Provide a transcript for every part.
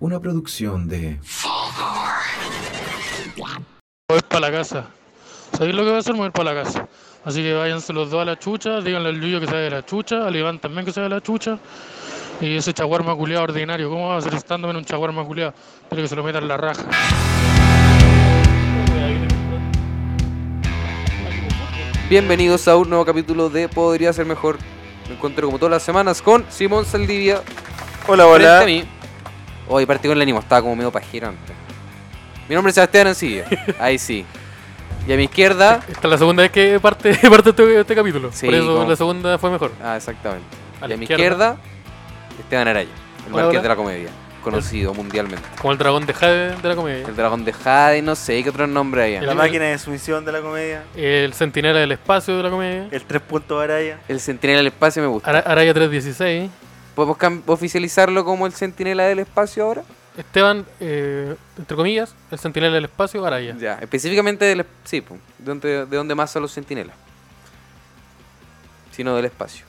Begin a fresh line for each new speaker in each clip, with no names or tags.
Una producción de...
Voy para la casa. ¿Sabéis lo que va a hacer? Mover para la casa. Así que váyanse los dos a la chucha, díganle al Yuyo que se vaya a la chucha, al Iván también que se vaya a la chucha. Y ese chaguarma culiado ordinario, ¿cómo va a ser estando en un chaguarma culiado? Pero que se lo metan en la raja.
Bienvenidos a un nuevo capítulo de Podría Ser Mejor. Me encuentro como todas las semanas con Simón Saldivia.
Hola,
Frente a
hola.
mí. Hoy partí con el ánimo, estaba como medio pajero antes. Mi nombre es Sebastián Ancilla. Ahí sí. Y a mi izquierda.
Esta es la segunda vez que parte, parte este, este capítulo.
Sí, como-
segunda fue mejor.
Ah, exactamente.
A
y
la
a mi
izquierda.
izquierda, Esteban Araya, el
Hola,
marqués
hola.
de la comedia, conocido mundialmente.
Como el dragón de Jade de la comedia.
El dragón de Jade, no sé qué otro nombre hay.
La
El-
máquina de sumisión de la comedia.
El centinela del espacio de la comedia.
El tres puntos Araya.
El Centinela del Espacio me gusta.
Ara- Araya 316.
¿Podemos cam- oficializarlo como el Centinela del Espacio ahora?
Esteban, eh, entre comillas, el centinela del espacio, Araya.
Ya, específicamente del... es- Sí, po, ¿de dónde, de dónde más son los centinelas? Sino del espacio.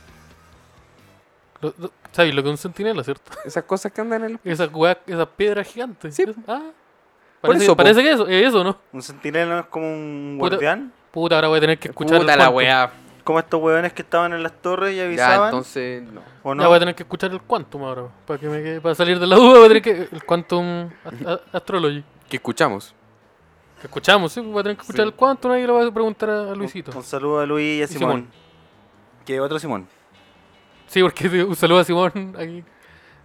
Lo- lo- ¿Sabéis lo que es un centinela, cierto?
Esas cosas que andan en el...
Esas weas- esas piedras gigantes.
Sí.
Eso- Ah,
Por
parece,
eso, po.
parece que eso, es eso, ¿no?
Un centinela no es como un
Puta-
guardián.
Puta, ahora voy a tener que escuchar. el
Puta la
cuento.
weá.
Como estos hueones que estaban en las torres y avisaban.
Ya, entonces... No.
¿O
Ya voy a
no?
tener que escuchar el Quantum ahora. Para, que me quede- para salir de la duda, voy a tener que. El Quantum a- a- Astrology.
¿Qué escuchamos?
Que escuchamos, ¿sí? Voy a tener que escuchar
Sí.
el Quantum ahí y le voy a preguntar a a Luisito.
Un, un saludo a Luis y a Simón.
Simón.
Que otro Simón.
Sí, porque un saludo a Simón aquí.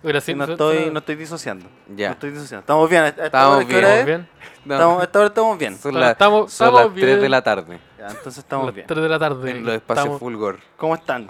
Gracias.
Que no, estoy, no estoy disociando.
Ya.
No estoy disociando. Estamos bien. ¿A esta
Estamos
hora qué
bien.
hora es?
bien.
No.
Estamos, a esta hora estamos bien.
Son,
Estamos-
las-
estamos
son las
bien.
3 de la tarde.
Ya, entonces
A
estamos
las
bien.
3 de la tarde.
En los espacios
Estamos-
Fulgor.
¿Cómo están?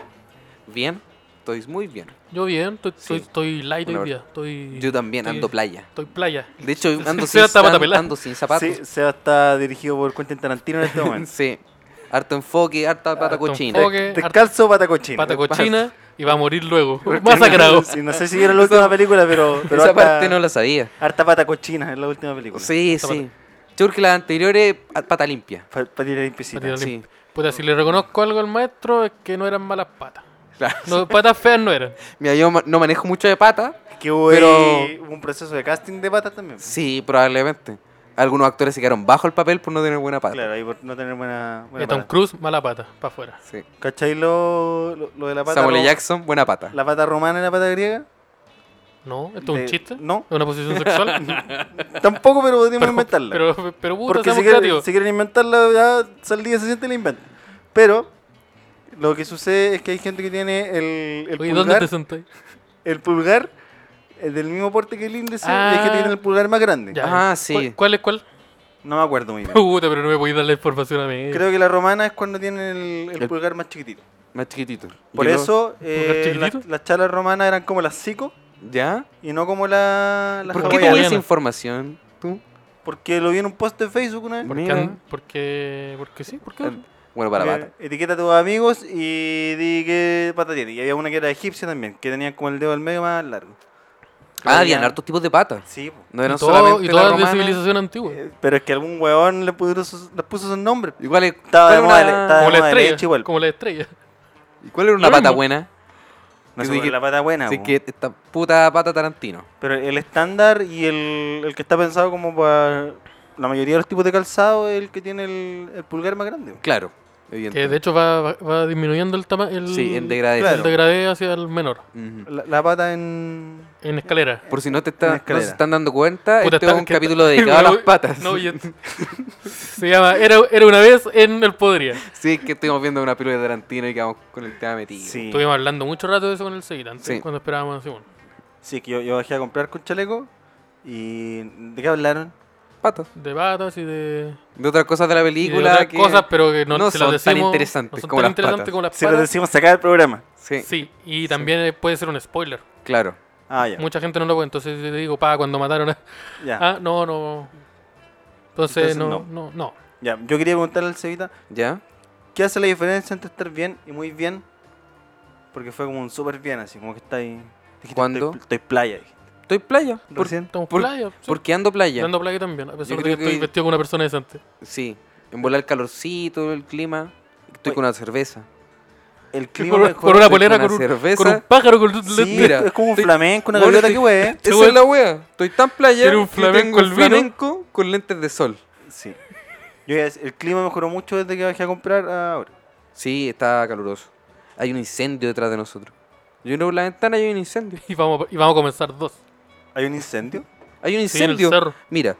¿Bien? Estoy muy bien.
Yo bien, estoy, estoy,
Sí.
estoy light
Una
hoy
hor-
día. Estoy,
Yo también
estoy-
ando playa.
Estoy playa.
De hecho,
Se
ando sin,
va hasta
ando,
patapelá.
ando sin zapatos.
Sí, Seba está dirigido por Quentin Tarantino en este
Sí.
momento.
Harto enfoque, harta pata cochina.
enfoque.
Te-
harto-
Descalzo pata cochina.
Pata cochina y va a morir luego.
No,
Masacrado.
sí, no sé si vieron la última película, pero, pero
Esa
harta-
parte no la sabía.
Harta pata cochina es la última película.
Sí,
Esa
sí. Yo creo que las anteriores, a- pata limpia.
Para tirar limpiecita.
Para tirar
Sí.
limpio. Puta, si le reconozco algo al maestro es que no eran malas patas.
Claro.
No, patas feas no eran.
Mira, yo ma- no manejo mucho de pata.
Que hubo
Pero-
ahí un proceso de casting de patas también.
Sí, probablemente. Algunos actores se quedaron bajo el papel por no tener buena pata.
Claro, ahí por no tener buena, buena
Era Eh, Tom
pata.
Cruise, mala pata, para afuera.
Sí.
¿Cachai lo, lo, lo de la pata?
Samuel L.
ro-
Jackson, buena pata.
La pata romana y la pata griega.
No, esto es un
De-
chiste.
no.
Es una posición sexual.
Tampoco, pero podemos inventarla.
pero, pero puta,
Porque si
seamos
quieren,
creativos.
si quieren inventarla, ya Saldivia se siente y la inventan. Pero lo que sucede es que hay gente que tiene el, el
Oye, ¿dónde
pulgar,
te sentáis?
el pulgar eh, del mismo porte que el índice y hay gente
Ah.
que tiene el pulgar más grande.
Ya,
Ah,
ya.
sí.
¿Cuál- ¿Cuál es cuál?
No me acuerdo muy bien.
Puta, pero no me voy a dar la información a mí.
Creo que la romana es cuando tiene el, el
Eh, El-
pulgar más chiquitito.
Más chiquitito.
Por
Yo no-
eso eh,
chiquitito?
las, las chalas romanas eran como las cico
¿Ya?
y no como la, las
¿Por qué
hawaianas.
tenías
hawaianas.
esa información? ¿Tú?
Porque lo vi en un post de Facebook una vez.
¿Por qué?
Mira.
an- Porque, porque sí, porque
Eh, Bueno, para
Porque
pata.
Etiqueta a tus amigos y di que pata tiene. Y había una que era egipcia también, que tenía como el dedo del medio más largo.
Ah,
Había-
habían hartos tipos de patas.
Sí, po.
No eran
y, todo-
solamente
y
la
todas de
romana.
civilización antigua.
Eh, pero es que algún huevón le puso, sus- le puso sus nombres.
¿Y cuál, es-
Estaba de
cuál
moda,
era
estaba-
una,
como la
de
estrella.
leche igual.
Como la estrella.
¿y cuál era una
Lo
pata
mismo.
buena?
No
Que
sé,
dije-
pero la pata buena.
Así
po.
que esta puta pata Tarantino.
Pero el estándar y el, el que está pensado como para la mayoría de los tipos de calzado es el que tiene el, el pulgar más grande. po.
Claro.
Que de
Evidente.
hecho va, va, va disminuyendo el tamaño. El,
Sí, en degradé.
el
Claro.
degradé hacia el menor.
Ujú.
La, la pata en.
En escalera.
Por si no te está-
Una
no
escalera.
se están dando cuenta,
Puta,
este
está-
es un
que-
capítulo dedicado a las patas.
No, y es- se llama era, Era una vez en el Podría.
Sí, es que estuvimos viendo una película de Tarantino y quedamos con el tema metido.
Sí.
Estuvimos hablando mucho rato de eso con el Seguir antes,
Sí.
cuando esperábamos a Simón.
Sí, que yo, yo bajé a comprar con chaleco y. ¿De qué hablaron?
Patas.
De patas y de,
De otras cosas de la
y de
película.
otras
que-
cosas, pero que no,
no
se las
son tan
decimos,
interesantes
no son
como
tan
las
interesantes
patas.
como las
Se lo
patas.
decimos acá del programa.
Sí,
Sí, y también eh, puede ser un spoiler.
claro.
Ah, ya.
Mucha gente no lo puede, entonces yo te digo, pa, cuando mataron a...
Ya.
Ah, no, no. Entonces,
Entonces,
no,
no.
no, no.
ya. Yo quería preguntarle al Cevita,
¿Ya?
¿qué hace la diferencia entre estar bien y muy bien? Porque fue como un súper bien, así como que está ahí. Dijiste,
¿Cuándo?
Estoy, estoy playa. dijiste.
Estoy playa. ¿Por,
Recién.
Estamos
por-
playa. sí.
por qué ando playa?
Dando playa también, a pesar de que,
creo que-
estoy vestido como una persona decente.
Sí. En volar el calorcito, el clima. Estoy
Oye.
con una cerveza.
el
Que
clima
con, una-
mejor.
con una polera,
una
con un,
cerveza.
con un pájaro, con un
Sí,
mira,
es como un
estoy-
flamenco, una
Bueno,
gaviota,
estoy-
qué wea.
Esa
Este
es la wea. Estoy tan playero
Tiene un
que
flamenco
tengo un
el vino.
flamenco con lentes de sol.
Sí. Yo ya- el clima mejoró mucho desde que bajé a comprar a ahora.
Sí, está caluroso. Hay un incendio detrás de nosotros. Yo no por la ventana y hay un incendio.
Y vamos, y vamos a comenzar dos.
¿Hay un incendio?
Hay un
Sí, en el
incendio.
cerro.
Mira,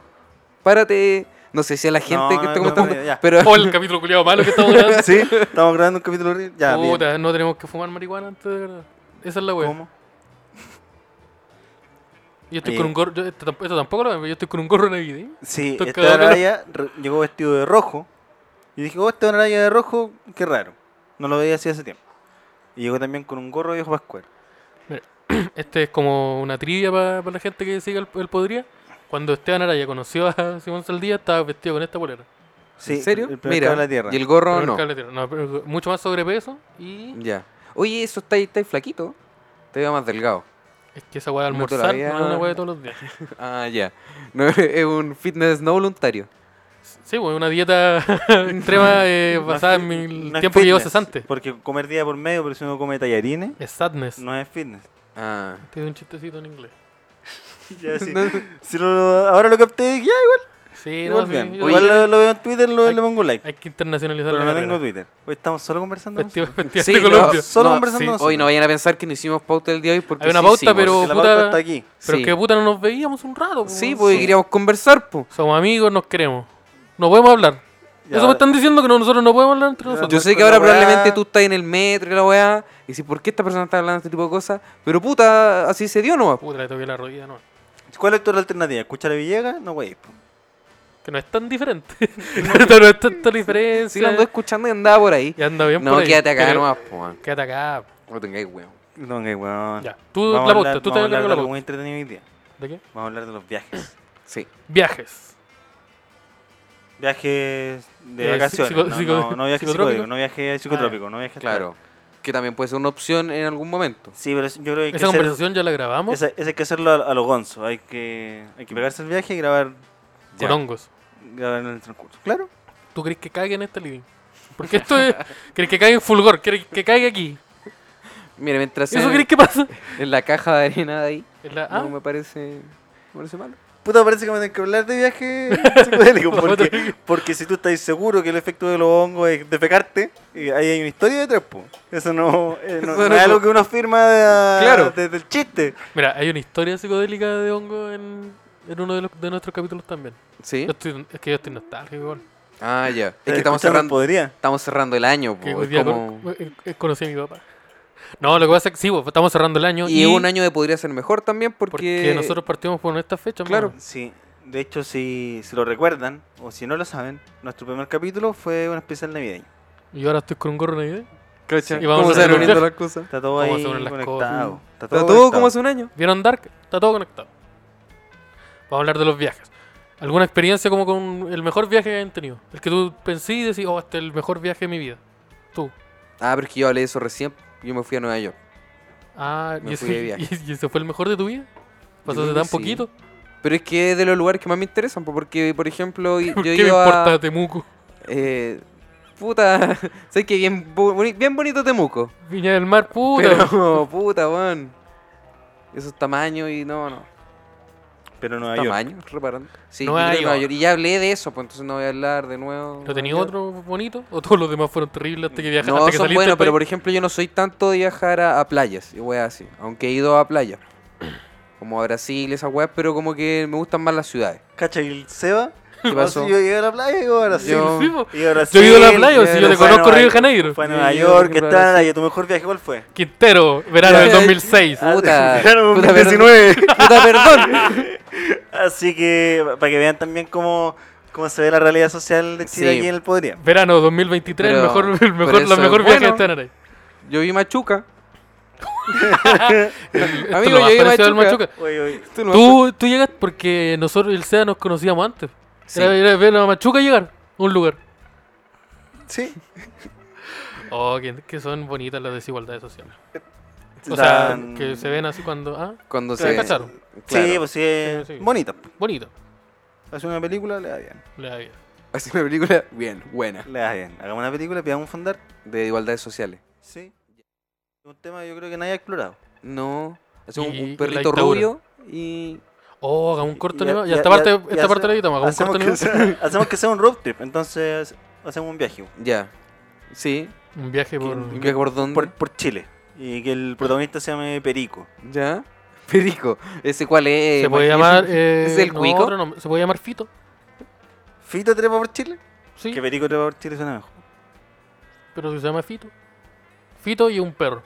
párate. No sé si a la gente
No,
que
no,
está
no,
comentando,
no, ya.
pero
Oh, el capítulo culiado malo que estamos grabando.
Sí, estamos grabando un capítulo horrible. Ya, bien.
Puta, no tenemos que fumar marihuana antes de grabar. Esa es la wea.
¿Cómo? Eh.
Yo estoy
Oye.
con un gorro. yo- esto, tamp- esto tampoco lo veo. Yo estoy con un gorro navideño.
Sí,
Estoy
esta
cagado,
araya re- llegó vestido de rojo. Y dije, oh, esta es una araya de rojo, qué raro. No lo veía así hace tiempo. Y llegó también con un gorro viejo pascual.
Este es como una trivia para la gente que siga el, el Podría. Cuando Esteban Araya conoció a Simón Saldía, estaba vestido con esta polera.
Sí,
¿en serio?
El primer
Mira,
cable de la tierra.
y el gorro
Pero
no.
cabletero, no, pero mucho más sobrepeso y
Ya. Oye, eso está ahí, está ahí flaquito. Te veo más delgado.
es que esa weá de
No te
almorzar
la
no
había-
es una weá de todos los días.
Ah, ya. No, es un fitness no voluntario.
Sí, pues una dieta extrema eh,
No es
basada en
fit-
mi
no es
tiempo que llevo
fitness,
cesante.
Porque comer día por medio, pero si uno come tallarines,
Es sadness.
no es fitness.
Ah.
Te doy un chistecito en inglés.
Ya, sí.
No.
Si lo- ahora lo capté, dije, ya,
Sí, no,
igual,
sí,
bien.
yo-
Igual lo, lo veo en Twitter, lo,
Hay-
le pongo like.
hay que internacionalizar
Pero
la
no
carrera.
tengo Twitter. Hoy estamos solo conversando. ¿no?
Vestido- vestido
Sí,
de
no,
Colombia.
Solo
no,
conversando
sí.
nosotros.
Hoy no vayan a pensar que no hicimos pauta el día de hoy porque
Hay una
sí
pauta,
hicimos.
pero-
Porque la
puta-
pauta está aquí.
Pero
Sí.
que puta no nos veíamos un rato. po.
Sí, pues, porque
Sí.
queríamos conversar, po.
Somos amigos, nos queremos. No podemos hablar.
Ya,
Eso me están diciendo que no- nosotros no podemos hablar entre
Ya.
nosotros.
Yo sé que
Pero la
ahora
weá-
probablemente tú estás en el metro y la weá. Y si ¿por qué esta persona está hablando de este tipo de cosas? Pero puta, así se dio nomás. po.
Puta, le toqué la rodilla, no.
¿Cuál es tu alternativa? ¿Escuchar a Villegas? No, güey. po.
Que no es tan diferente. Esto no es tanta diferencia.
Sí, lo ando escuchando y andaba por ahí.
Y anda bien
No,
por ahí.
quédate acá
Pero-
nomás, po. man.
Quédate acá.
No tengáis weón.
No, güey, weón.
Ya. Tú
Ah. Vamos
la
a
posta,
hablar-
tú
vamos
te hablas
a hablar
con
de
la
algo
posta.
muy entretenido hoy día.
¿De qué?
Vamos a hablar de los viajes.
Sí.
Viajes.
Viajes de
Eh,
vacaciones.
psico-
no,
psico-
no, no viajes
psicotrópico.
psicotrópicos, no viajes psicotrópicos, no viajes.
Claro. Que también puede ser una opción en algún momento.
Sí, pero es- yo creo que hay que
Esa
hacer-
conversación ya la grabamos
esa- esa hay que hacerlo a, a lo gonzo. Hay que, hay que pegarse el viaje y grabar,
con
Ya.
hongos.
grabar en el transcurso. Claro.
¿Tú crees que caiga en este living? Porque esto es. ¿Crees que caiga en fulgor? ¿Crees que caiga aquí?
Mira, mientras
¿Eso
en,
crees que pasa?
en la caja de arena de ahí,
En Eh, la- ah,
no me parece, me parece malo.
Puta, parece que me tienen que hablar de viaje psicodélico. Porque, porque si tú estás seguro que el efecto de los hongos es defecarte, eh, ahí hay una historia detrás, po. Eso no, eh, no-
Eso
no
no-
es algo que uno firma de-
Claro.
desde el chiste.
Mira, hay una historia psicodélica de hongo en, en uno de, los, de nuestros capítulos también.
¿Sí?
Yo estoy- es que yo estoy nostálgico igual.
Ah, ya. Es
Eh,
que estamos
escuchando
cerrando,
Podría.
estamos cerrando el año,
Que
po,
hoy
es
día
como-
con- eh, eh, conocí a mi papá. No, lo que pasa es que sí, pues, estamos cerrando el año.
Y es un año de podría ser mejor también porque,
Porque nosotros partimos por esta fecha,
Claro.
mano.
Ah, Sí, de hecho, si, si lo recuerdan o si no lo saben, nuestro primer capítulo fue un especial navideño.
Y ahora estoy con un gorro navideño.
Cacha,
y vamos
¿cómo
a
se
hacer
van
un
uniendo
viaje.
las cosas?
Está todo
Cómo
ahí
se unen las
conectado. Está
Está todo
conectado.
como hace un año.
¿Vieron Dark? Está todo conectado. Vamos a hablar de los viajes. ¿Alguna experiencia como con el mejor viaje que hayan tenido? El que tú pensé y decís, oh, este es el mejor viaje de mi vida. Tú.
Ah, pero es que yo hablé de eso recién. Yo me fui a Nueva York.
Ah,
Me
y ese,
fui de viaje.
y- y ese fue el mejor de tu vida? ¿Pasó
creo
hace
que
tan
sí.
poquito?
Pero es que es de los lugares que más me interesan, po, porque, por ejemplo, y-
¿Por
yo
qué me
iba
importa Temuco?
Eh, puta, sé que bien, bo- boni- bien bonito Temuco.
Viña del Mar, puta.
Pero, puta, weón. Esos tamaños y no, no.
Pero Nueva York.
Tamaños, reparando. Sí,
Nueva
yo creo que Nueva
York.
York. Y ya hablé de eso, pues entonces no voy a hablar de nuevo.
¿No
Nueva
tenía
York.
otro bonito? ¿O todos los demás fueron terribles hasta que viajaste?
No,
hasta que
son
saliste
buenos,
del
pero por
país?
ejemplo yo no soy tanto de viajar a, a playas y weas así. Aunque he ido a playas. Como a Brasil, esas weas, pero como que me gustan más las ciudades.
Cacha y el Seba.
¿Qué pasó?
No, si Yo llegué a la playa y digo, ahora sí.
Yo-
Sí, po.
Digo, ahora
Yo he ido a la
sí,
playa,
yo
si
no
yo te
fue a
conozco Río
Nueva
de
York,
Janeiro.
Fue a
Yo
Nueva
he ido
York,
a la
está
playa.
la- ¿Tu mejor viaje cuál fue?
Quintero, verano del
Ya, ya,
2006.
ya. Puta,
Claro,
puta,
2019.
Puta, perdón.
Así que, para que vean también cómo, cómo se ve la realidad social de Chile
Sí.
aquí en el Podría.
Verano 2023, el
Pero-
mejor, el
pero
mejor, la
eso es
mejor viaje de
bueno.
Stanley.
Yo vi Machuca.
Esto
Amigo,
lo más
yo iba a
parecido al
Machuca.
Machuca.
Oye, oye.
Tú no-
Tú, tú llegas porque nosotros y el SEA nos conocíamos antes.
Sí.
Era, era ver a Machuca llegar a un lugar.
Sí.
Oh, que, que son bonitas las desigualdades sociales. O sea,
Dan-
que se ven así cuando. Ah,
Cuando
Se
se.
casaron.
Claro.
Sí, pues sí, es
Sí, sí.
bonita.
bonito.
Hace una película, le da bien.
Le da bien.
Hacer una película bien, buena,
Le da bien. Hagamos una película, pidamos un fondar.
de igualdades sociales.
Sí. Un tema que yo creo que nadie ha explorado.
No. Es un,
Y
un
la
perrito
dictadura.
rubio y.
Oh, hagamos un corto,
Y-
animado.
y-
Ya, esta
y-
parte,
y
esta
hace-
parte la editamos. Hagamos un
Hacemos
corto
que,
animado.
sea, hacemos que sea un road trip, entonces hacemos un viaje
Ya. Sí.
Un viaje por.
¿Y qué- ¿Por dónde?
por, por Chile. Y que el protagonista se llame Perico.
Ya. Perico. ¿Ese cuál es?
se puede
Imagínese-
llamar. eh,
¿Es el
no,
cuico?
otro nombre. se puede llamar Fito.
¿Fito trepa por Chile?
Sí,
Que Perico trepa por Chile suena mejor.
pero si se llama Fito. Fito y un perro.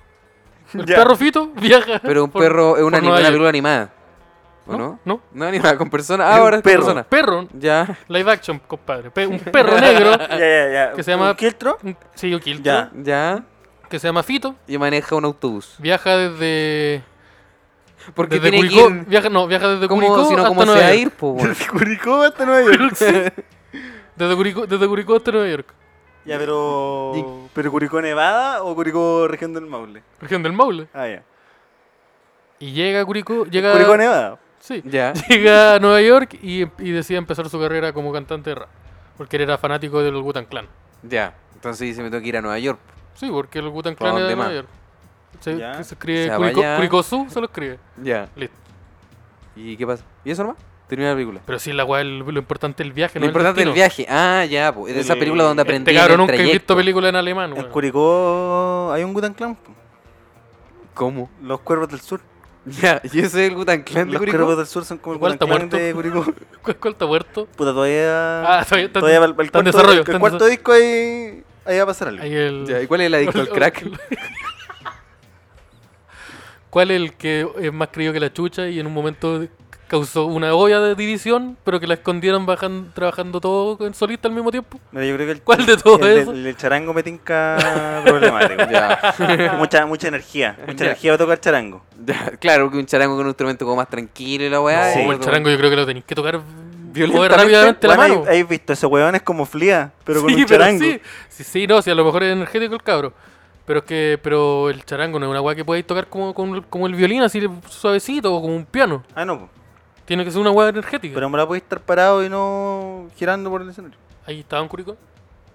El
Ya.
perro Fito viaja.
Pero un
por-
perro es
por
una, anim-
Nueva
una
York.
película animada. ¿O no?
No,
No,
no.
animada, con personas.
Es
Ah,
un
ahora es con
perro.
personas.
Perro,
Ya.
live action, compadre. Pe- un perro negro.
Ya, ya, ya.
Ah, Que se llama-
¿Un Quiltro?
un- sí, un quiltro,
Ya.
Ya.
Que se llama Fito.
Y maneja un autobús.
Viaja desde.
Porque
desde
tiene que
Curicó.
ir-
Viaja, no, viaja desde
¿Cómo,
Curicó.
si no,
hasta
¿cómo se
Nueva
va a
York.
ir? po, weón?
Desde Curicó hasta Nueva York.
Desde Curicó, desde Curicó hasta Nueva York.
Ya, pero. ¿Pero Curicó Nevada o Curicó Región del Maule?
Región del Maule.
Ah, ya.
Y llega a Curicó. Llega,
Curicó Nevada.
sí.
Ya.
llega a Nueva York y, y decide empezar su carrera como cantante de rap. Porque él era fanático del Gutan Clan.
Ya. Entonces dice, me tengo que ir a Nueva York.
Sí, porque el Gutan Clan
¿Para
era de
dónde
Nueva
más?
York. Se,
Ya.
que se escribe
Se va
Curicó,
allá.
Curicó Sur, se lo escribe.
Ya.
Listo.
¿Y qué pasa? ¿Y eso nomás? Termina la película.
Pero sí, la weá, el- lo importante es el viaje,
Lo
no
importante es el
destino.
viaje. Ah, ya. po. Es de esa
El-
película donde aprendí.
Este
en
cabrón
el
nunca he visto
trayecto.
película en alemán,
En
weón.
Curicó hay un Gutan Clan, po.
¿Cómo?
los cuervos del sur.
Ya. ¿Y ese es el Gutan Clan de
Los
Curicó?
cuervos del sur son como el
Igual
Gutan
está
Clan
muerto.
de Curicó.
¿Cuál cuál está muerto?
Puta, todavía.
Ah, todavía está-
todavía para el- para
está en
el,
desarrollo,
cuarto,
está en
el cuarto disco ahí, ahí va a pasar algo.
Ahí el-
Ya, ¿Y cuál es la adicto al crack?
¿Cuál es el que es más crío que la chucha y en un momento causó una olla de división, pero que la escondieron bajan- trabajando todo en solista al mismo tiempo?
Mira, yo creo que el,
¿Cuál de todo
el,
eso?
el- el charango me tinca problemático.
Ya.
mucha, mucha energía. Mucha
Ya.
energía va a tocar charango.
Ya, claro, que un charango con un instrumento como más tranquilo y la weá.
No,
Sí.
y
el
como-
charango yo creo que lo tenéis que tocar mover
Violentamente.
rápidamente la
Bueno,
mano.
¿hay- ¿Habéis visto? Ese huevón es como flia, pero con
sí,
un charango.
sí, sí, sí, no, sí, a lo mejor es energético el cabro. Pero es que, pero el charango no es una weá que podéis tocar como, como, como el violín, así suavecito, o como un piano.
Ah, no, po.
Tiene que ser una weá energética.
pero me la podéis estar parado y no girando por el escenario.
Ahí estaba en Curicó.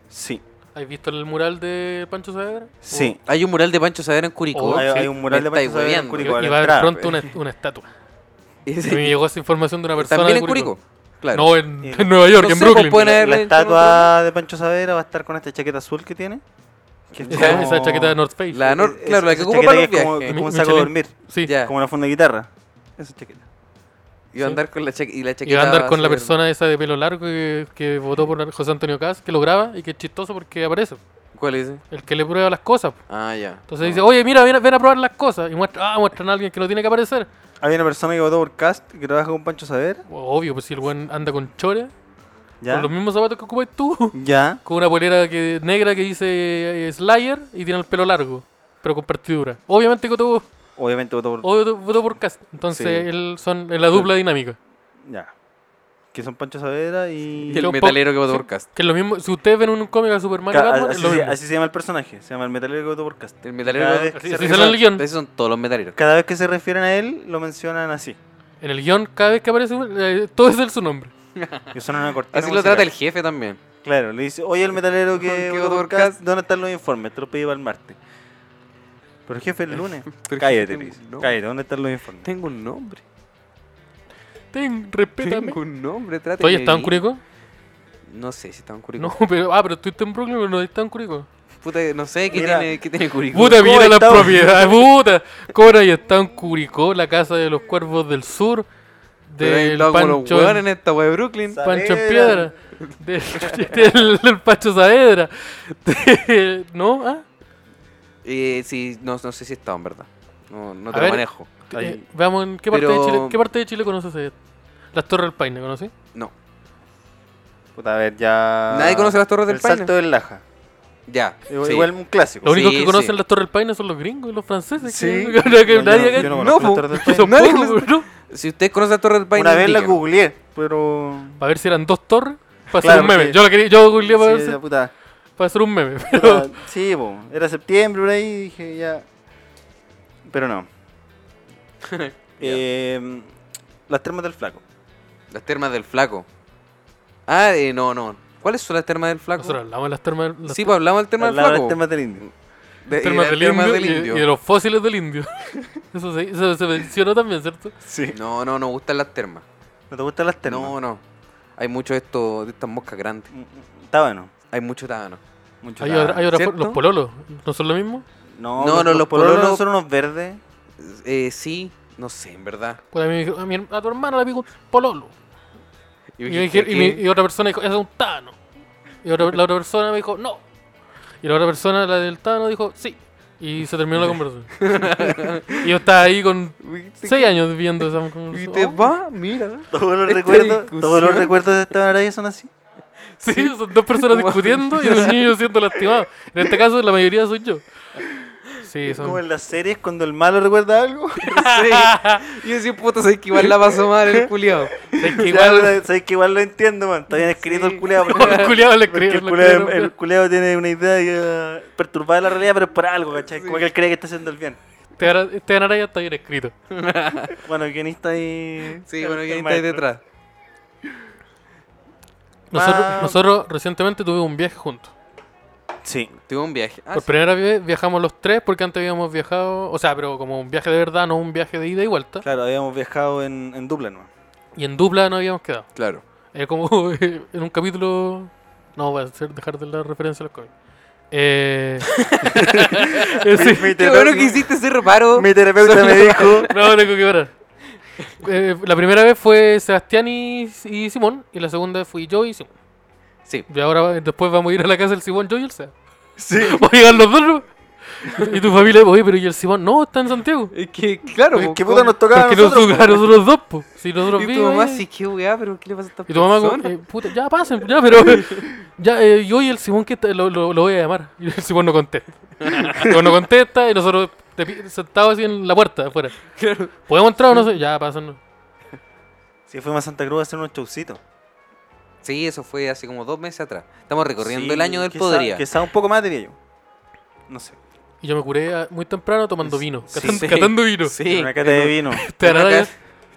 Sí,
¿Has visto el mural de Pancho Saavedra?
sí.
Hay un mural de Pancho Saavedra en Curicó.
Oh,
hay,
sí.
hay un mural
Me
de Pancho
estáis
Saavedra
hueveando.
en
Y
Curicó. a la
va
entrada.
pronto una, una estatua.
Ese-
Me llegó esa información de una persona
También
de
en Curicó. Claro.
No, en,
Eh,
en Nueva York,
no
en
sé, pues,
Brooklyn.
pueden haber-
La
Dale,
estatua de Pancho Saavedra va a estar con esta chaqueta azul que tiene. que es
Esa,
como-
esa chaqueta de North Face.
La Ah, nor-
es-
claro, la que
esa
ocupa
chaqueta
para los
que es como,
viajes.
es como un
Mi-
saco de
Michelin.
dormir,
sí.
Ya.
como una funda de guitarra. Esa chaqueta.
Iba a andar con la, cha- y la chaqueta.
Iba a andar con la
azul.
persona esa de pelo largo que, que votó por José Antonio Caz, que lo graba y que es chistoso porque aparece.
¿Cuál es? ese?
El que le prueba las cosas.
Ah, ya.
Entonces dice, oye, mira, ven, a- ven a probar las cosas. Y muestra, ah, muestran a alguien que no tiene que aparecer.
Hay una persona que votó por Cast que trabaja con Pancho Saavedra.
Obvio, pues si el buen anda con chores,
Ya.
con los mismos zapatos que ocupas tú.
Ya.
Con una polera que, negra que dice eh, Slayer y tiene el pelo largo, pero con partidura. Obviamente que todo
Obviamente votó por.
obvio, votó por Cast. Entonces
Sí.
él son es la dupla dinámica.
Ya. Que son Pancho Saavedra y.
Y el
Yo
metalero que votó
sí.
por Cast.
Que es lo mismo, si ustedes ven un cómic a Superman y
Ca-
Batman, es
así,
lo
se-
mismo.
así se llama el personaje, se llama el metalero que votó por Cast.
El metalero
Cada
que
vez
votó
Así-
que se
así
refieren-
sale el guión.
Esos son todos los metaleros.
Cada vez que se refieren a él, lo mencionan así.
En el guión, cada vez que aparece, un- eh, todo es el su nombre.
Y son una cortina.
Así lo trata el
musical.
jefe también.
Claro, le dice, oye el metalero que
Que
votó
votó por
por
Cast.
Cast, ¿dónde están los informes? Te los pedí para el martes. Pero jefe, el lunes.
Pero
cállate,
jefe,
le dice,
no.
Cállate, ¿dónde están los informes?
Tengo un nombre.
Ten, respétame.
Tengo un nombre. trátame
¿Tú has estado en
bien.
Curicó?
No sé si estaba en Curicó.
No, pero, ah, pero estuviste en Brooklyn, pero no has estado en Curicó.
Puta, no sé qué
Mira.
tiene, qué tiene Curicó.
Puta,
¿Cómo
mira
has
las
estado?
propiedades, puta. Cobra y está en Curicó, la casa de los cuervos del sur.
Pero ahí
Del
estaba como los
Pancho
hueones en esta wea de Brooklyn.
Sa-
Pancho en
Saavedra.
Piedra, del, del- del Pancho Saavedra, de- ¿no? ¿Ah?
Eh, sí, no, no sé si estaba, en verdad. No, no te
A
lo
ver.
manejo.
Ahí.
Eh, veamos en qué parte,
Pero-
de Chile, qué parte de Chile conoces. eh? Las Torres del Paine, ¿conoces?
No.
Puta, a ver, ya.
Nadie conoce las Torres del
El
Paine.
salto del Laja.
Ya.
Igual,
sí.
igual un clásico.
Los únicos
Sí,
que conocen
sí.
las Torres del Paine son los gringos y los franceses.
Sí.
Que, que- que
No, yo
nadie
no-
acá-
yo
No,
no conozco las
po.
Torres del Paine.
son
Nadie
pocos,
conoce-
¿no?
Si ustedes conocen la Torre del Paine.
Una vez la
indíquenos.
googleé, pero.
Para ver si eran dos torres. Para
Claro,
hacer un meme.
porque-
Yo la quería, yo googleé para,
Sí,
ver si-
esa puta.
para hacer un meme.
puta, sí, po, era septiembre por ahí y dije ya. Pero no. Eh, las termas del flaco.
Las termas del Flaco. Ah, eh, no, no. ¿Cuáles son las termas del Flaco?
Nosotros hablamos de las termas. las
Sí, pues hablamos del terma del
Hablaba de
Flaco.
las termas del indio.
De-
Termas
y
del,
termas
indio,
del
y-
indio.
Y, de los fósiles del indio. Eso se, eso se mencionó también, ¿cierto?
Sí.
No, no, no gustan las termas.
¿No te gustan las termas?
No, no. Hay mucho de, esto, de estas moscas grandes.
Está bueno.
Hay mucho tábano.
Mucho Ah.
Hay otra, hay otra
¿cierto?
for- los pololos, ¿no son lo mismo?
No,
No, no,
los
los
pololos
pololos-
son unos verdes.
Eh, sí, no sé, en verdad.
Pues a, mí me dijeron, a, mi, her- a tu hermano le pico un pololo.
Y
Y,
dijiste
me dijeron- y
que-
mi- y otra persona dijo, es un tano. Y otra- la otra persona me dijo, no. Y la otra persona, la del tano, dijo, sí. Y se terminó la conversación. y yo estaba ahí con
¿Viste
seis años viendo esa
que- y
conversación.
te
Oh,
va, mira.
Todos los
Esta
recuerdos, todos los
discusión.
recuerdos de Esteban Araya son así.
Sí, son dos personas discutiendo y los niños siendo lastimados. En este caso, la mayoría soy yo. Sí,
Es Como
son...
en las series cuando el malo recuerda algo.
Sí. Y yo decía, puta, sabes que igual la pasó mal el culiao.
Es que
Igual,
igual...
sabes que igual lo entiendo, man. Está bien escrito el culeado.
El culiado le
Porque
escribió.
el culeado, el culeado tiene una idea eh, perturbada de la realidad, pero es por algo, ¿cachai? Como que él cree que está haciendo el bien.
Este ara- este Araya está bien escrito.
Bueno, el guionista y.
Sí,
el-
bueno,
el
bien estáis
maestro.
detrás.
Nosotros,
Ah.
nosotros recientemente tuvimos un viaje juntos.
Sí.
Tuve un viaje. Ah,
Por primera vez viajamos los tres porque antes habíamos viajado, o sea, pero como un viaje de verdad, no un viaje de ida y vuelta.
Claro, habíamos viajado en, en dupla, ¿no?
Y en dupla no habíamos quedado.
sí, claro.
Es como en un capítulo... No, voy a hacer, dejar de la referencia a los cómics. Eh... sí.
Mi
Qué
terapeuta-
bueno que hiciste ese reparo.
Mi terapeuta me dijo.
No, tengo que parar. Eh, la primera vez fue Sebastián y, y Simón, y la segunda fui yo y Simón.
Sí.
Y ahora va- después vamos a ir a la casa del Simón, yo y el Seba.
Sí.
¿Vos llegar los dos? no? Y tu familia, oye, pero ¿y el Simón? No, está en Santiago.
Es que, claro.
Oye,
po,
¿Qué puta
¿cómo?
nos tocaba a
Porque nos
nosotros?
tocaron nosotros dos, po. Si nosotros
Y tu
vivimos
mamá
ahí.
sí, qué weá, pero ¿qué le pasa a esta
Y tu mamá, como,
persona?
eh, puta, ya pasen, ya, pero. Ya, eh, yo y el Simón, que está- lo, lo- lo voy a llamar. Y el Simón no contesta. El Simón no contesta y nosotros de pi- sentados así en la puerta afuera.
Claro.
¿Podemos entrar o no sé? Ya, pasan.
Sí, fuimos a Santa Cruz a hacer unos showcitos.
Sí, eso fue hace como dos meses atrás. Estamos recorriendo
Sí,
el año del
quizá-
podría.
Quizá un poco más, diría yo. No sé.
Y yo me curé a- muy temprano tomando vino,
Sí,
catando,
sí.
catando vino.
Sí.
Una cata de vino.
Te hará daño.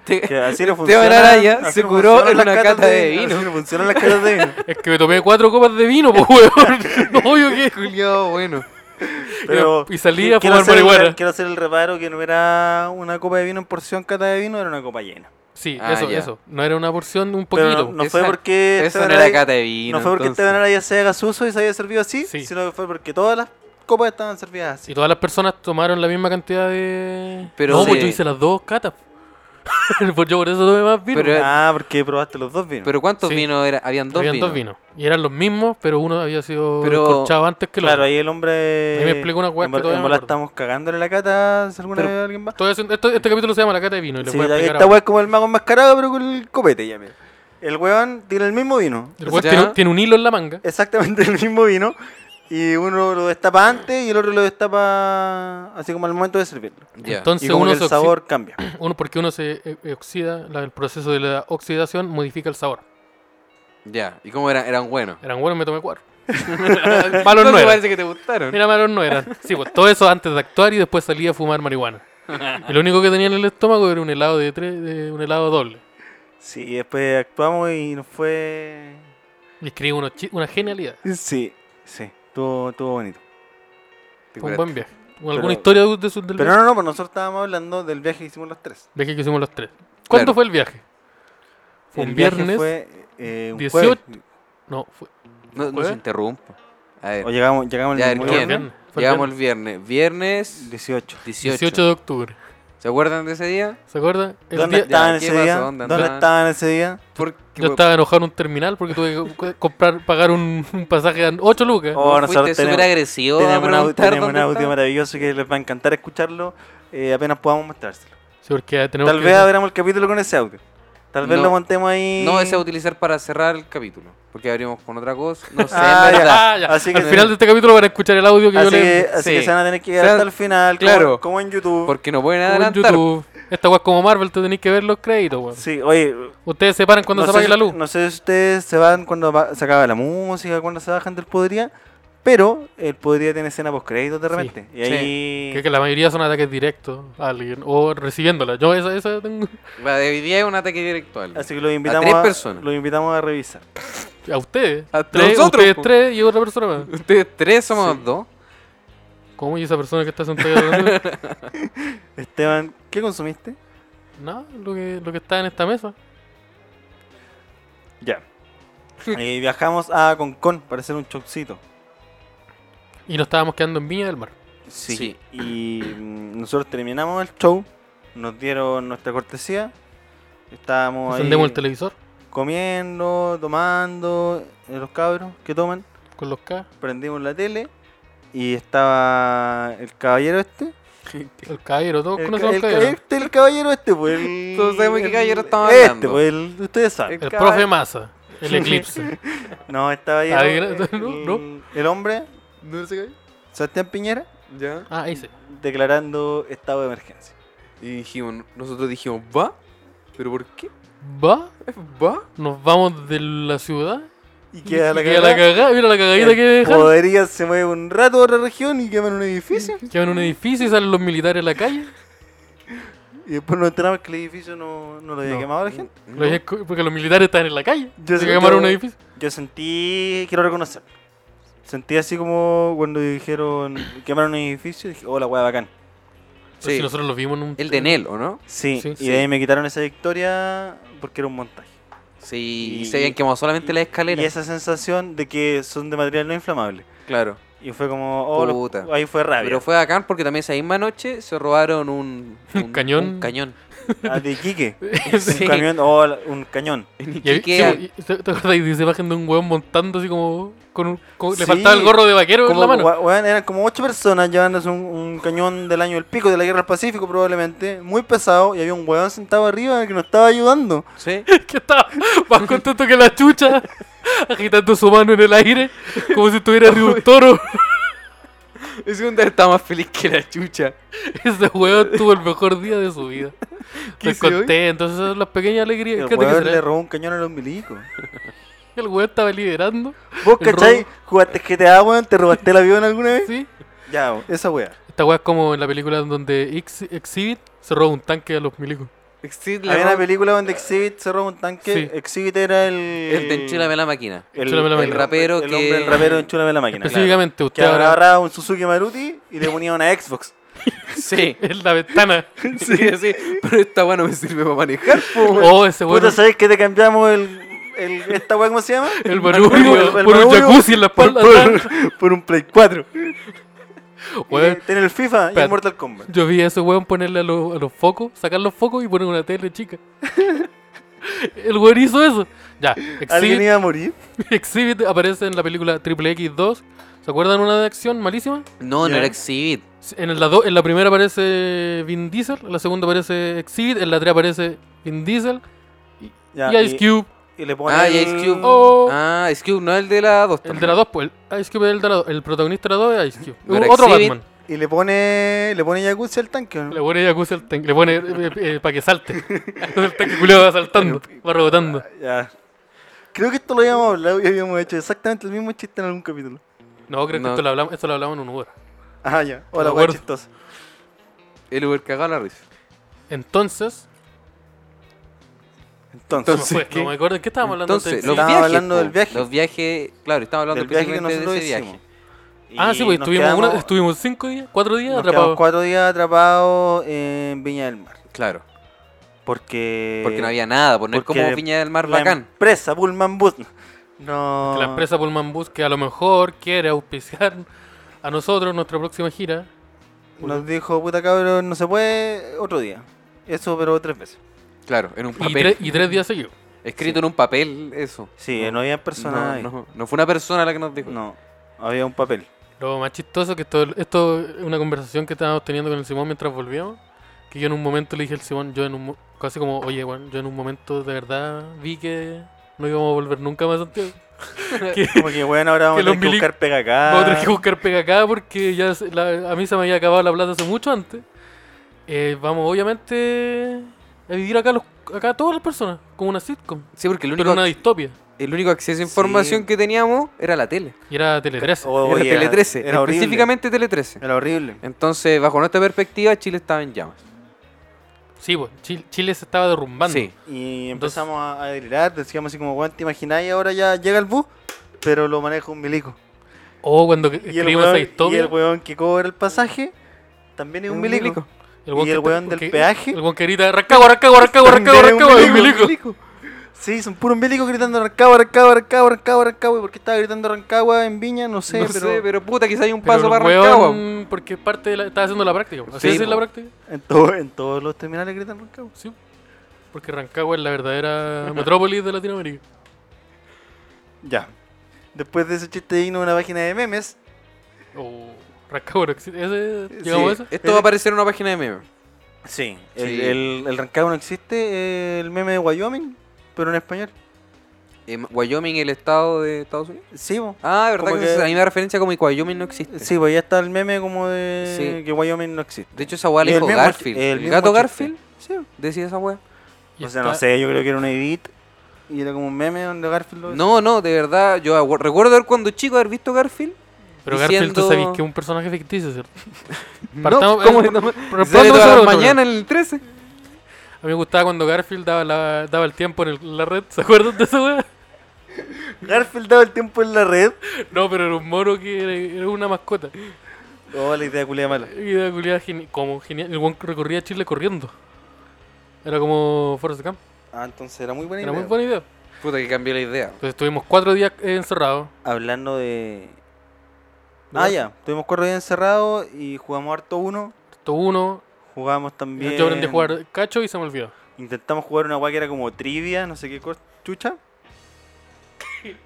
Te-
Que así no funciona.
Esteban Araya
así
se
no
curó
funcionan
en
las
una
catas
cata de vino.
Así no funcionan las catas de vino.
Es que me tomé cuatro copas de vino, pues, weón. Obvio que.
Culiao, bueno.
Pero
Y salí a
quiero
fumar
hacer el-
marihuana.
Quiero hacer el reparo que no era una copa de vino en porción cata de vino, era una copa llena.
Sí,
Ah,
eso,
ya.
eso. No era una porción, un
Pero
poquito.
no, no fue
Esa-
porque
Eso
Esteban
no era
Araya-
cata de vino.
no fue porque
entonces.
Esteban Araya se haga suso y se haya servido así,
Sí.
sino que fue porque todas las copas estaban servidas
Y
así.
todas las personas tomaron la misma cantidad de.
Pero
no,
sí.
pues yo hice las dos catas. Pues yo por eso tomé más vino.
Pero-
Ah, porque probaste los dos vinos.
Pero ¿cuántos
Sí.
vinos era? Habían dos
Habían
vinos.
dos vinos. Y eran los mismos, pero uno había sido
Pero-
corchado antes que el
claro,
otro.
ahí el hombre.
Ahí me explico una hueá
en
que
vol-
todavía
en
me
bola
acuerdo.
estamos cagándole la cata si alguna
Pero-
vez alguien va.
Estoy haciendo- esto- este capítulo se llama La Cata de Vino. Y les
Sí,
voy a
la-
explicar
esta
ahora.
weá es como el mago enmascarado, pero con el copete, ya mira. El weón tiene el mismo vino.
El weón
Ya.
tiene, tiene un hilo en la manga.
Exactamente el mismo vino. Y uno lo destapa antes y el otro lo destapa así como al momento de servirlo.
Ya.
Entonces
y como
uno
que
se
el
oxi-
sabor cambia.
uno porque uno se eh, eh, oxida, la- el proceso de la oxidación modifica el sabor.
ya. ¿Y cómo eran? Eran buenos.
Eran buenos, me tomé cuatro. Malos
No,
no
que
eran.
parece que te gustaron.
Mira, malos no eran. Sí, pues todo eso antes de actuar y después salí a fumar marihuana. Y lo único que tenía en el estómago era un helado de tres, de- un helado doble.
Sí, y después actuamos y nos fue.
Y escribí unos chi- una genialidad.
Sí, sí, estuvo, estuvo bonito.
Te
Fue un
curaste.
buen viaje. ¿Alguna
Pero-
historia de- de su- del
Pero
viaje?
no, no, pues nosotros estábamos hablando del viaje que hicimos los tres.
viaje que hicimos los tres? ¿Cuándo
Claro.
fue el viaje? Fue un
El viaje
viernes.
Fue, eh, un
18.
jueves.
No, fue,
No, no
¿Jueves?
se interrumpa. A ver.
O llegamos, llegamos el
Ya, el
mismo
fue el
viernes.
viernes. Fue el
Llegamos el
viernes.
viernes. Viernes
18.
18.
18 de octubre.
¿Se acuerdan de ese día?
¿Se acuerdan? El
¿Dónde
día-
está?
estaban
¿qué
ese
pasó?
día?
¿Dónde
¿Dónde
andaban?
estaban ese día?
Porque,
yo estaba enojado en un terminal porque tuve que co- comprar, pagar un, un pasaje a 8 lucas.
Oh,
vos
nosotros
fuiste súper
tenemos-
agresivo a
Tenemos un, au-
preguntar
tenemos un
dónde
audio
estaba.
maravilloso que les va a encantar escucharlo eh, apenas podamos mostrárselo.
Sí, porque tenemos
Tal
que-
vez abramos el capítulo con ese audio. Tal vez
No.
lo montemos ahí.
No, ese a utilizar para cerrar el capítulo. Porque abrimos con otra cosa. No sé,
Ah,
en
ya.
verdad.
Ah, ya.
Así que-
Al final de este capítulo van a escuchar el audio que yo
Así,
le...
que, así
sí.
que se van a tener que llegar
Claro.
hasta el final, como-
Claro.
como, en YouTube.
Porque no pueden
como en
adelantar.
YouTube. Esta weá es como Marvel, te tenéis que ver los créditos, weón.
Sí, oye.
Ustedes se paran cuando
no
se
sé
apague
si-
la luz.
No sé si ustedes se van cuando apa- se acaba la música, cuando se bajan del Podría, pero el Podría tiene escena post créditos de repente. Y
Sí.
ahí.
Que, que la mayoría son ataques directos a alguien o recibiéndola. Yo esa, esa tengo.
La de hoy día es un ataque directo. a alguien.
Así que los invitamos
tres personas.
los invitamos a revisar.
A ustedes.
A
tres,
nosotros,
ustedes
po.
tres y otra persona más.
Ustedes tres somos dos.
¿Cómo? ¿Y esa persona que está sentada ahí hablando?
Esteban, ¿qué consumiste?
No, lo que, lo que está en esta mesa.
Ya. Eh, viajamos a Concón para hacer un showcito.
Y nos estábamos quedando en Viña del Mar.
Sí.
Y mm, nosotros terminamos el show, nos dieron nuestra cortesía, estábamos ahí
Encendemos el televisor
comiendo, tomando, eh, los cabros que toman,
con los K,
prendimos la tele y estaba el caballero este.
el Cairo, todos
El,
conocemos
ca-
al
el
Cairo.
ca- este, el caballero este, pues. el-
Todos sabemos qué
el-
caballero estamos
este,
hablando.
pues, el- ustedes saben.
El
El
ca-
profe Massa, el eclipse.
No, estaba ahí. el-
Ahí Ah, era-
el-
no,
el hombre,
¿No se cae?
Sebastián Piñera,
¿Ya?
Ah, ahí sí.
declarando estado de emergencia.
Y dijimos, nosotros dijimos, ¿va? ¿Pero por qué?
¿Va?
¿Va?
¿Nos vamos de la ciudad?
Y queda la
Y queda
cagada.
cagada, mira la cagadita que
El
dejaron.
Podería se mueve un rato a otra región y queman un edificio.
Que en un edificio y salen los militares a la calle.
Y después nos enteramos que el edificio no, no lo había
No. Mm.
quemado
Mm,
la gente.
Lo dije cu- Porque los militares están en la calle.
Yo
se
sé-
quemaron un
yo-
edificio.
Yo sentí, quiero reconocer, sentí así como cuando dijeron quemaron un edificio, dije, oh la wea bacán.
Pero
Sí.
Si nosotros los vimos en un.
El de Nel, ¿o no?
Sí,
Sí,
y
sí.
de ahí me quitaron esa victoria porque era un montaje.
Sí,
Y-
y se habían quemado solamente las
Y
escaleras.
esa sensación de que son de material no inflamable.
Claro.
Y fue como, oh, los-
Puta.
ahí fue rabia.
Pero fue bacán porque también esa misma noche se robaron un...
Un cañón.
Un cañón.
Ah, de Iquique.
Sí.
Un camión, oh, la- un cañón.
Y ahí-
Ikea.
sí, y- ¿Te te acuerdas de esa imagen de un hueón montando así como. con un- con-
Sí.
Le faltaba el gorro de vaquero en
Como,
la mano.
gua- weón, eran como ocho personas llevándose un, un cañón del año del pico de la guerra del Pacífico probablemente, muy pesado, y había un weón sentado arriba que nos estaba ayudando.
Sí.
que estaba más contento que la chucha, agitando su mano en el aire, como si estuviera arriba un toro.
Ese onda estaba más feliz que la chucha.
Ese weón tuvo el mejor día de su vida.
¿Qué
Estoy
hice hoy?
contento, esas son las pequeñas
El
alegrías. ¿Qué te
weón
crees?
le robó un cañón a los milicos.
El weón estaba liderando,
¿Vos
El
cachai?
robo.
¿Jugaste GTA, weón? ¿Te robaste el avión alguna vez?
¿sí?
Ya, weón, esa weá.
Esta weá es como en la película donde Ex- Exhibit se roba un tanque a los milicos.
Exit
Había una película donde Exhibit se robó un tanque.
Sí.
Exhibit era el.
El de Enchúlame la máquina.
el,
Enchúlame la
el
máquina.
rapero. El
que-
hombre, el rapero de Enchúlame la máquina. claro.
Específicamente,
Que
usted
ahora
ahora
agarraba un Suzuki Maruti y le ponía una Xbox.
Sí.
en la ventana.
Sí, sí. Pero esta weá no me sirve para manejar, po. weón.
Oh, ese
Puta,
weón.
¿sabes que te cambiamos el. el esta weá, ¿cómo se llama?
El barullo
el
por un
barullo
jacuzzi en la
por,
espalda. atrás.
por- por un Play 4.
Weón,
Tiene el FIFA y el
Espérate.
Mortal Kombat.
Yo vi a ese weón ponerle a, los- a los focos, sacar los focos y poner una tele chica. El weón hizo eso. Ya,
¿Alguien
Exhibit,
iba a morir?
Exhibit aparece en la película Triple X2. ¿Se acuerdan una de acción malísima?
No, no
Ya.
era Exhibit.
En la, do- en la primera aparece Vin Diesel, en la segunda aparece Exhibit, en la 3 aparece Vin Diesel
Ya,
y Ice Cube,
y Mm, le pone
Ah,
el-
y Ice Cube.
Oh.
Ah, Ice Cube no es el de la 2.
el de la 2, pues el Ice Cube es el de la 2, el protagonista de la 2 es Ice Cube.
No era
Otro
Exhibit.
Batman.
Y le pone. Le pone jacuzzi al tanque. ¿o no?
Le pone Yakuza al tanque, le pone eh, para que salte. Entonces el tanque culiado va saltando, va rebotando.
Ya. Creo que esto lo habíamos hablado y habíamos hecho exactamente el mismo chiste en algún capítulo.
No, creo que
No.
esto lo hablamos, esto lo hablamos en un Uber.
Ah, ya. Hola,
Me
guay
acuerdo.
chistosa.
El Uber cagado la risa.
Entonces,
Entonces,
se me fue,
¿qué?
no me acuerdo en qué estábamos hablando
Entonces,
antes.
los
Sí.
Estábamos
viajes,
hablando
po.
del viaje.
Los viajes, claro, estaba hablando
del viaje que
específicamente
nosotros
de ese
hicimos.
viaje.
Ah, sí, pues
nos
estuvimos, una-
quedamos-
estuvimos cinco días, cuatro días
nos quedamos
atrapados.
cuatro días atrapados en Viña del Mar.
Claro,
Porque.
porque no había nada, poner
Eh, porque
como Viña del Mar
la
bacán.
empresa Pullman Bus. No.
La empresa Pullman Bus, que a lo mejor quiere auspiciar a nosotros nuestra próxima gira.
Nos dijo, puta cabrón, no se puede. Otro día. Eso, pero tres veces.
Claro, en un
Y, tres-
papel.
y tres días seguidos.
Escrito en un papel, eso.
Sí, no, había
No,
personas.
no, no fue una persona la que nos dijo.
no. Había un papel.
Lo más chistoso que esto, esto es una conversación que estábamos teniendo con el Simón mientras volvíamos. Que yo en un momento le dije al Simón, yo en un, mo- casi como, oye, Juan, yo en un momento de verdad vi que no íbamos a volver nunca más a Santiago. que
Como que, bueno, ahora vamos
Que
a
los
tener que
mili-
buscar pega
Vamos a tener
Ah.
que buscar pega acá porque ya se- la- a mí se me había acabado la plata hace mucho antes. Eh, vamos, obviamente, a vivir acá, los, acá todas las personas, como una sitcom,
Sí, porque el
pero
único,
una distopia.
el único acceso a información
Sí.
que teníamos era la tele.
Y era Tele 13.
Oh,
era
y
Tele 13,
Era horrible.
específicamente Tele 13.
Era horrible.
Entonces, bajo nuestra perspectiva, Chile estaba en llamas.
Sí, pues, Chil- Chile, se estaba derrumbando.
Sí,
Y empezamos a, a delirar, decíamos así como, weón, te imagináis ahora ya llega el bus, pero lo maneja un milico.
O cuando
Y el,
escribimos esa
weón, y
historia,
el weón que cobra el pasaje también es un milico. y el weón del peaje.
El weón que grita, Rancagua, Rancagua, Rancagua, Rancagua,
También es un
Rancagua, es un
milico,
milico.
milico. Sí, son puros milicos gritando Rancagua, Rancagua, Rancagua, Rancagua, Rancagua. ¿Por qué estaba gritando Rancagua en Viña? No sé,
no
pero...
sé, pero puta, quizá hay un
Pero
paso
el
para Rancagua.
weón, porque es parte de la, estaba haciendo la práctica. po. ¿Así
Sí, pues.
es
po.
la práctica?
En, todo- en todos los terminales gritan Rancagua.
Sí. Porque Rancagua es la verdadera metrópolis de Latinoamérica.
Ya. Después de ese chiste digno de una página de memes,
O Rancagua no existe. ¿Ese,
Sí.
llegamos a eso?
Esto va a aparecer en una página de memes.
Sí,
Sí.
El, el, el Rancagua no existe, el meme de Wyoming, pero en español.
Eh, Wyoming, el estado de Estados Unidos.
Sí, po.
Ah, verdad
Como
que,
que-
a mí me da referencia como que Wyoming no existe.
Sí, pues ya está el meme como de
Sí.
que Wyoming no existe.
De hecho, esa weá
Y
le
el
dijo
mismo-
Garfield.
el
El,
mismo
gato
chiste.
Garfield, sí, decía esa weá.
Y
o sea, no
está-
sé, yo creo que era un edit y era como un meme donde Garfield lo
No, no, de verdad, yo agu- recuerdo haber cuando chico haber visto Garfield.
Pero Garfield, tú
diciendo-
sabes que es un personaje ficticio, ¿cierto?
no,
Partamos-
¿cómo
eh,
no?
pero
Sale
pronto
todas
sobre
las
otro,
mañana en el 13.
A mí me gustaba cuando Garfield daba, la- daba el tiempo en el- la red, ¿se acuerdan de esa weá?
Garfield daba el tiempo en la red.
No, pero era un moro que era, era una mascota.
Oh, la idea culia mala.
Y era culiada geni- como genial. El weón recorría Chile corriendo. Era como Forrest Gump.
Ah, entonces era muy buena
Era
idea.
muy buena idea.
Puta, que cambió la idea.
Entonces estuvimos cuatro días eh, encerrados.
Hablando de...
¿De
Ah,
Garfield?
ya. Tuvimos cuatro días encerrados y jugamos harto uno.
Esto uno.
Jugamos también...
Yo aprendí a jugar cacho y se me olvidó.
Intentamos jugar una guay que era como trivia, no sé qué cosa, chucha.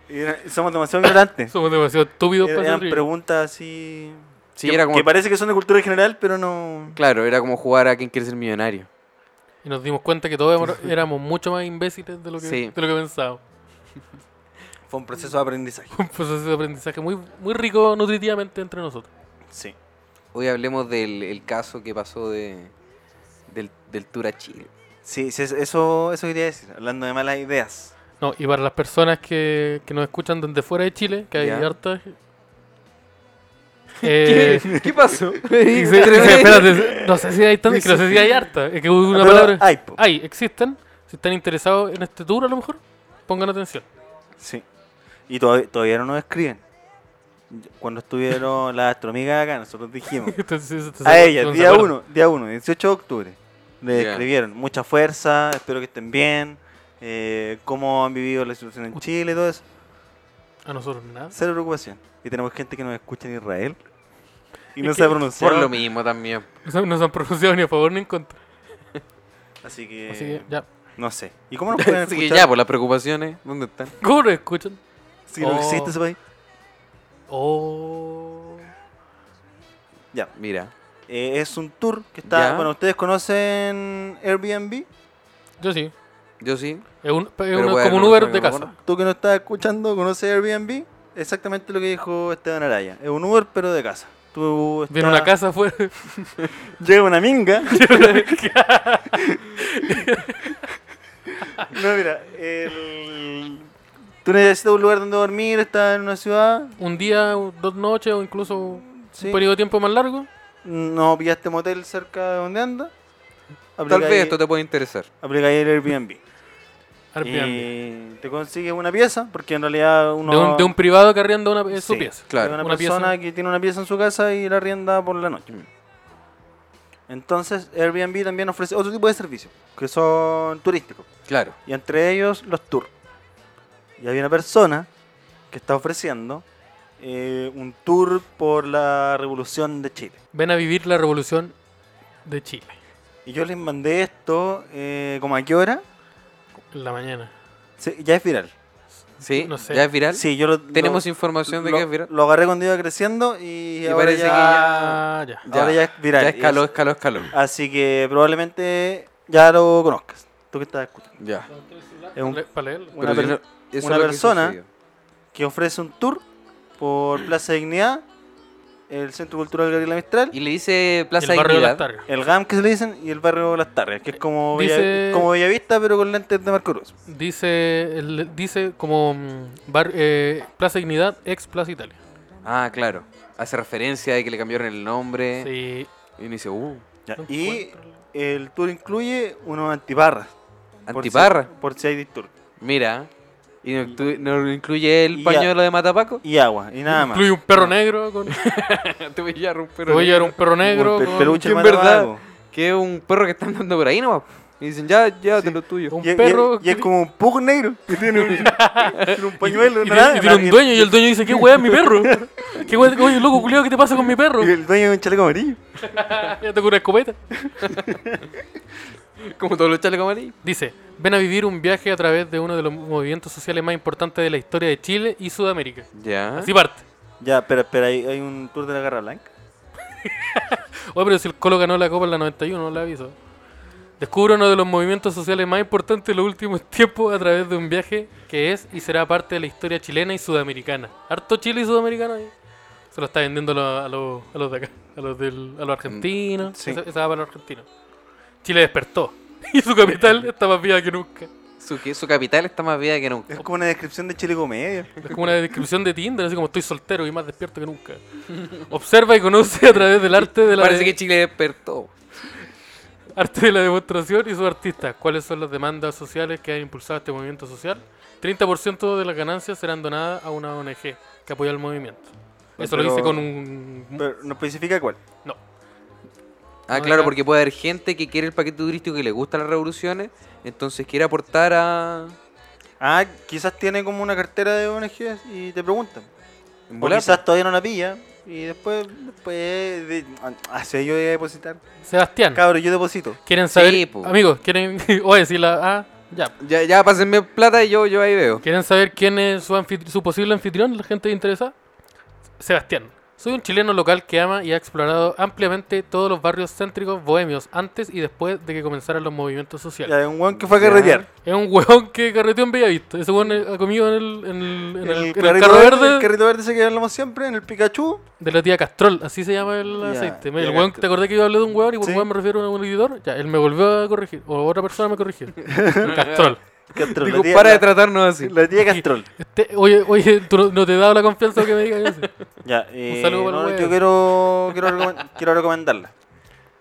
Y era- somos demasiado ignorantes.
Somos demasiado estúpidos
Era-
para
eran
hacer reír.
preguntas así.
Sí,
que,
era como.
que parece que son de cultura general, pero no.
Claro, era como jugar a quien quiere ser millonario.
Y nos dimos cuenta que todos émo- éramos mucho más imbéciles de lo que,
Sí.
de lo que pensábamos.
Fue un proceso de aprendizaje.
Fue un proceso de aprendizaje muy, muy rico nutritivamente entre nosotros.
Sí.
Hoy hablemos del el caso que pasó de, del, del Tour a Chile.
Sí, sí, es- eso, eso quería decir, hablando de malas ideas.
No, y para las personas que, que nos escuchan desde fuera de Chile, que hay
Ya.
hartas. Eh,
¿Qué pasó?
Sí, sí, espérate, no sé si hay tantas, que no sé si hay harta. Es que hubo una
Ah, Pero
palabra.
hay, po.
Hay, existen. Si están interesados en este tour, a lo mejor, pongan atención.
Sí. Y todavía, todavía no nos escriben. Cuando estuvieron las astromigas acá, nosotros dijimos.
Entonces, si se-
A
si
ella,
no se
día
acuerdan.
1, día 1, 18 de octubre. Le
Ya.
escribieron mucha fuerza, espero que estén bien, eh, cómo han vivido la situación en Chile, todo eso.
A nosotros nada.
Cero preocupación. Y tenemos gente que nos escucha en Israel y no
Es
sabe
que-
pronunciar.
Por lo mismo también.
No se- No se han pronunciado ni a favor ni en contra.
Así que,
Así que ya.
no sé. ¿Y cómo nos pueden
Así que
escuchar
ya, por las preocupaciones, ¿dónde están?
¿Cómo nos escuchan?
si no
Oh.
existe ese país?
Oh.
Ya.
Mira,
Eh, es un tour que está...
Ya.
Bueno, ¿ustedes conocen Airbnb?
Yo sí.
yo sí.
Es, un, es
Pero
un-
voy a
como un
reconocer
Uber de
que no me
casa.
acuerdo.
Tú que no estás escuchando, ¿conoces Airbnb? Exactamente lo que dijo Esteban Araya. Es un Uber, pero de casa. Tú
Viene
estás-
una casa afuera.
Llega una minga. no, mira, el- tú necesitas un lugar donde dormir, estás en una ciudad.
Un día, o dos noches o incluso un
Sí.
periodo de tiempo más largo.
No pillaste motel cerca de donde andas.
Tal
aplicáis-
vez esto te puede interesar.
aplicáis el Airbnb.
Airbnb.
Y te consigues una pieza, porque en realidad uno.
de, un, de un privado que arrienda una, es Eh, su
Sí.
pieza.
de
Claro.
una,
Una pieza.
persona que tiene una pieza en su casa y la arrienda por la noche.
Mm.
Entonces, Airbnb también ofrece otro tipo de servicios, que son turísticos.
Claro.
y entre ellos los tours. Y había una persona que está ofreciendo eh, un tour por la revolución de Chile.
Ven a vivir la revolución de Chile.
Y yo les mandé esto, eh, como a qué hora,
En la mañana.
Sí, ya es viral.
Sí,
No sé.
ya es viral.
Sí, yo lo, lo-
Tenemos información de
lo-
que es viral.
Lo agarré cuando iba creciendo y,
Y
ahora,
parece
ya,
Ah, ya.
ya.
ahora ya es viral.
Ya escaló, escaló, escaló.
Así que probablemente ya lo conozcas. Tú que estás escuchando.
Ya.
Es un-
Le- para leerlo.
Una
Pero yo
per-
no- eso
una
es lo que
persona-
sucedió.
que ofrece un tour por Plaza Dignidad, el Centro Cultural Gabriela Mistral.
Y le dice Plaza
el barrio de las
Dignidad.
Targas.
El GAM que se le dicen y el barrio Las Targas, que es como, Bella-
Eh, Dice-
como Bellavista, pero con lentes de Marco Cruz.
Dice, el- dice como mm, bar- eh, Plaza Dignidad, ex Plaza Italia.
Ah, claro. Hace referencia de que le cambiaron el nombre.
Sí.
Y uno dice, uh,
Ya,
No
Y
encuentro
el tour incluye unos antiparras. por si-
antiparra.
Por si hay disturbios.
Mira, Y no, inclu- no incluye el
Y
pañuelo de Matapaco.
Y agua, y nada más.
Incluye un perro negro. Con...
Te voy a llevar un
Te
perro.
voy a llevar un perro
Como el
negro.
pe-
con-
peluche
que en
hermano
verdad-
vago.
Que es un perro que está andando por ahí nomás. Y dicen, ya, ya, te lo tuyo.
un
Y, y-
perro
y es
que-
como un pug negro que tiene un, tiene un pañuelo,
y
nada,
tiene- y tiene
nada,
un dueño y el dueño dice, ¿qué weá es mi perro? ¿Qué weá, oye, loco culiao, qué te pasa con mi perro?
y el dueño de un chaleco amarillo.
Ya tengo una escopeta.
Como todos los chalecos amarillos.
Dice, ven a vivir un viaje a través de uno de los movimientos sociales más importantes de la historia de Chile y Sudamérica.
Ya.
¿Ah?
Así parte.
Ya, pero, pero hay, hay un tour de la garra blanca.
Oye, pero si el Colo ganó la Copa en la 91, no le aviso. Descubre uno de los movimientos sociales más importantes de los últimos tiempos a través de un viaje que es y será parte de la historia chilena y sudamericana. Harto Chile y sudamericano ahí. Se lo está vendiendo a los, a los, a los de acá, a los, del- a los
Mm,
argentinos.
sí.
Esa, esa va para los argentinos. Chile despertó y su capital está más viva que nunca.
Su, que- su capital está más viva que nunca.
Es como una descripción de Chile Comedia.
Es como una descripción de Tinder, así como estoy soltero y más despierto que nunca. Observa y conoce a través del arte de la
Parece que Chile despertó.
Arte de la demostración y sus artistas. ¿Cuáles son las demandas sociales que han impulsado este movimiento social? 30% de las ganancias serán donadas a una ONG que apoya el movimiento. Eso lo
Pero-
hice con un...
Pero no especifica cuál.
No.
Ah,
No,
claro,
ya.
porque puede haber gente que quiere el paquete turístico y le gustan las revoluciones, entonces quiere aportar a...
Ah, quizás tiene como una cartera de ONG y te preguntan.
en
O
volar.
quizás todavía no la pilla. Y después, después de, ah, sí, yo voy a depositar.
Sebastián,
Cabro, yo deposito.
¿quieren saber?
Sí, po.
Amigos, ¿quieren...? Oye, si la... Ah, ya.
Ya, ya, pásenme plata y yo, yo ahí veo.
¿Quieren saber quién es su, anfitri- su posible anfitrión? ¿La gente interesa? Sebastián. Soy un chileno local que ama y ha explorado ampliamente todos los barrios céntricos bohemios antes y después de que comenzaran los movimientos sociales.
Ya, un weón que fue a
Ya.
carretear.
Es un huevón que carreteó en Bellavista. Ese huevón eh, ha comido en el, en el, en el- en el
carrito
carro verde,
El carrito verde se que hablamos siempre, en el Pikachu.
de la tía Castrol. Así se llama el
Ya,
aceite.
tía
el huevón,
Castrol.
¿te acordás que yo hablé de un huevón y por
Sí.
huevón me refiero a un editor? Ya, él me volvió a corregir. O otra persona me corrigió. Castrol.
Castrol,
Digo,
la tía-
para
la-
de tratarnos así.
La tía Castrol.
Este- oye, oye, tú no, no te he dado la confianza que me digas eso.
Ya, eh,
saludo para
no,
el
yo
weón.
quiero, quiero, recomen- quiero recomendarla.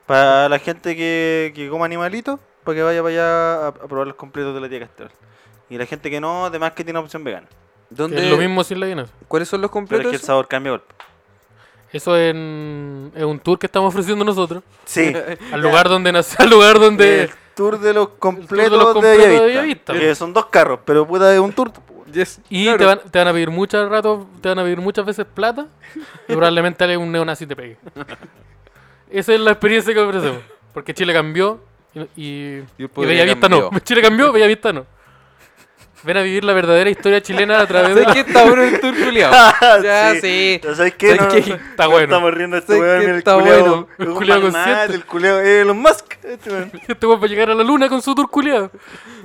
Para la gente que, que coma animalitos, para que vaya para allá a, a probar los completos de la tía Castrol. Y la gente que no, además que tiene opción vegana.
¿Dónde,
Es lo mismo sin la guinness.
¿Cuáles son los
Pero es
completos?
que el sabor cambia de golpe.
Eso en, es un tour que estamos ofreciendo nosotros.
Sí.
Al lugar donde nació, al lugar donde...
el tour de los completos de,
completos de
Bellavista.
Bellavista.
Que son dos carros, pero puta es un tour.
Yes,
Y
claro.
te, van, te van a pedir muchas rato, te van a pedir muchas veces plata y probablemente alguien- un neonazi te pegue. Esa es la experiencia que ofrecemos. Porque Chile cambió y, y,
Y el
y
poder
Bellavista no.
cambió.
Chile cambió, Bellavista no. Ven a vivir la verdadera historia chilena a través
¿Sabes qué
de...
está bueno el tour, culiao?
Ah,
Ya, Ah, sí.
¿Sabes qué?
¿Sabes
No,
qué?
no,
Está
no
bueno.
Estamos riendo de este
¿Sabes
weón.
qué?
mira, El
Está
culeo.
bueno.
El
Un
culeo
magnate,
consciente.
El culeo Elon Musk. Este weón.
Este weón va a llegar a la luna con su tour culiado.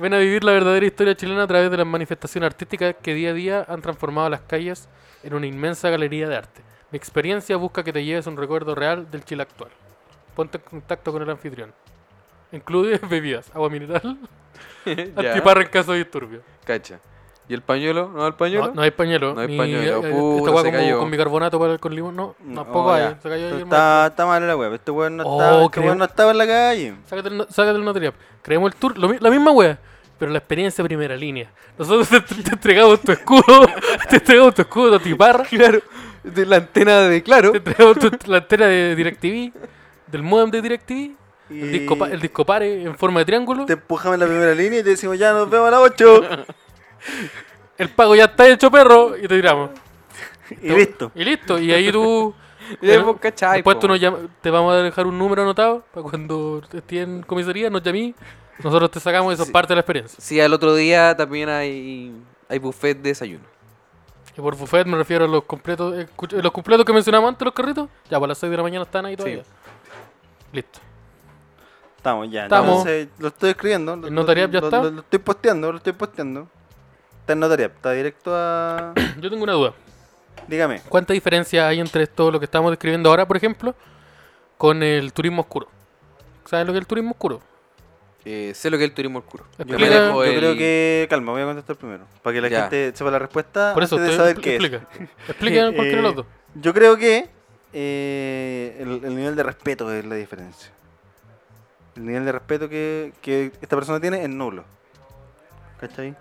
Ven a vivir la verdadera historia chilena a través de las manifestaciones artísticas que día a día han transformado las calles en una inmensa galería de arte. Mi experiencia busca que te lleves un recuerdo real del Chile actual. Ponte en contacto con el anfitrión. Incluye bebidas, agua mineral,
Ya,
antiparra en caso de disturbio.
Cacha. ¿Y el pañuelo? ¿No el pañuelo?
No, no hay pañuelo.
No hay
ni-
pañuelo,
eh,
puta,
esta hueá
se
como
cayó.
con bicarbonato para- con limón. No, tampoco
Oh,
hay.
ya.
Se cayó
Pero
ayer,
está, está mal la web. Este weón no,
Oh,
estaba, este
creo-
weón no estaba en la calle.
Sácate el, no- sácate el notariado. Creemos el tour, lo mi- la misma wea, pero la experiencia de primera línea. Nosotros te, te entregamos tu escudo, te entregamos tu escudo, tu antiparra,
Claro, de la antena de Claro.
te entregamos tu, la antena de DirecTV, del modem de DirecTV, el,
Y-
disco, pa- el disco pare en forma de triángulo.
Te empujamos en la primera línea y te decimos ya nos vemos a las 8.
El pago ya está hecho, perro, y te tiramos.
y listo. pues,
Y listo, y ahí tú.
Y ahí vos cachai,
Después
po,
tú nos
man.
llama- te vamos a dejar un número anotado para cuando estés en comisaría, nos llamí. Nosotros te sacamos, eso es parte de la experiencia.
Sí, al otro día también hay, hay buffet de desayuno.
Y por buffet me refiero a los completos, eh, escucha- los completos que mencionamos antes, los carritos. Ya, para las 6 de la mañana están ahí todavía. Listo.
Estamos ya.
Estamos.
Entonces, lo estoy escribiendo. lo-
¿El notariado ya
lo-
está?
Lo, lo estoy posteando, lo estoy posteando. Está en notariado, está directo a.
Yo tengo una duda.
Dígame.
¿Cuánta diferencia hay entre todo lo que estamos describiendo ahora, por ejemplo, con el turismo oscuro? ¿Sabes lo que es el turismo oscuro?
Eh, sé lo que es el turismo oscuro.
Yo
Yo
También
creo,
es
yo
dejo el-
creo que. Calma, voy a contestar primero. Para que la
Ya.
gente sepa la
Ah,
respuesta.
Por eso,
antes de
te-
saber
expl-
qué es.
explica. Explica cualquiera de los
Eh,
dos.
Yo creo que eh, el, el nivel de respeto es la diferencia. El nivel de respeto que, que esta persona tiene es nulo. ¿Cachai?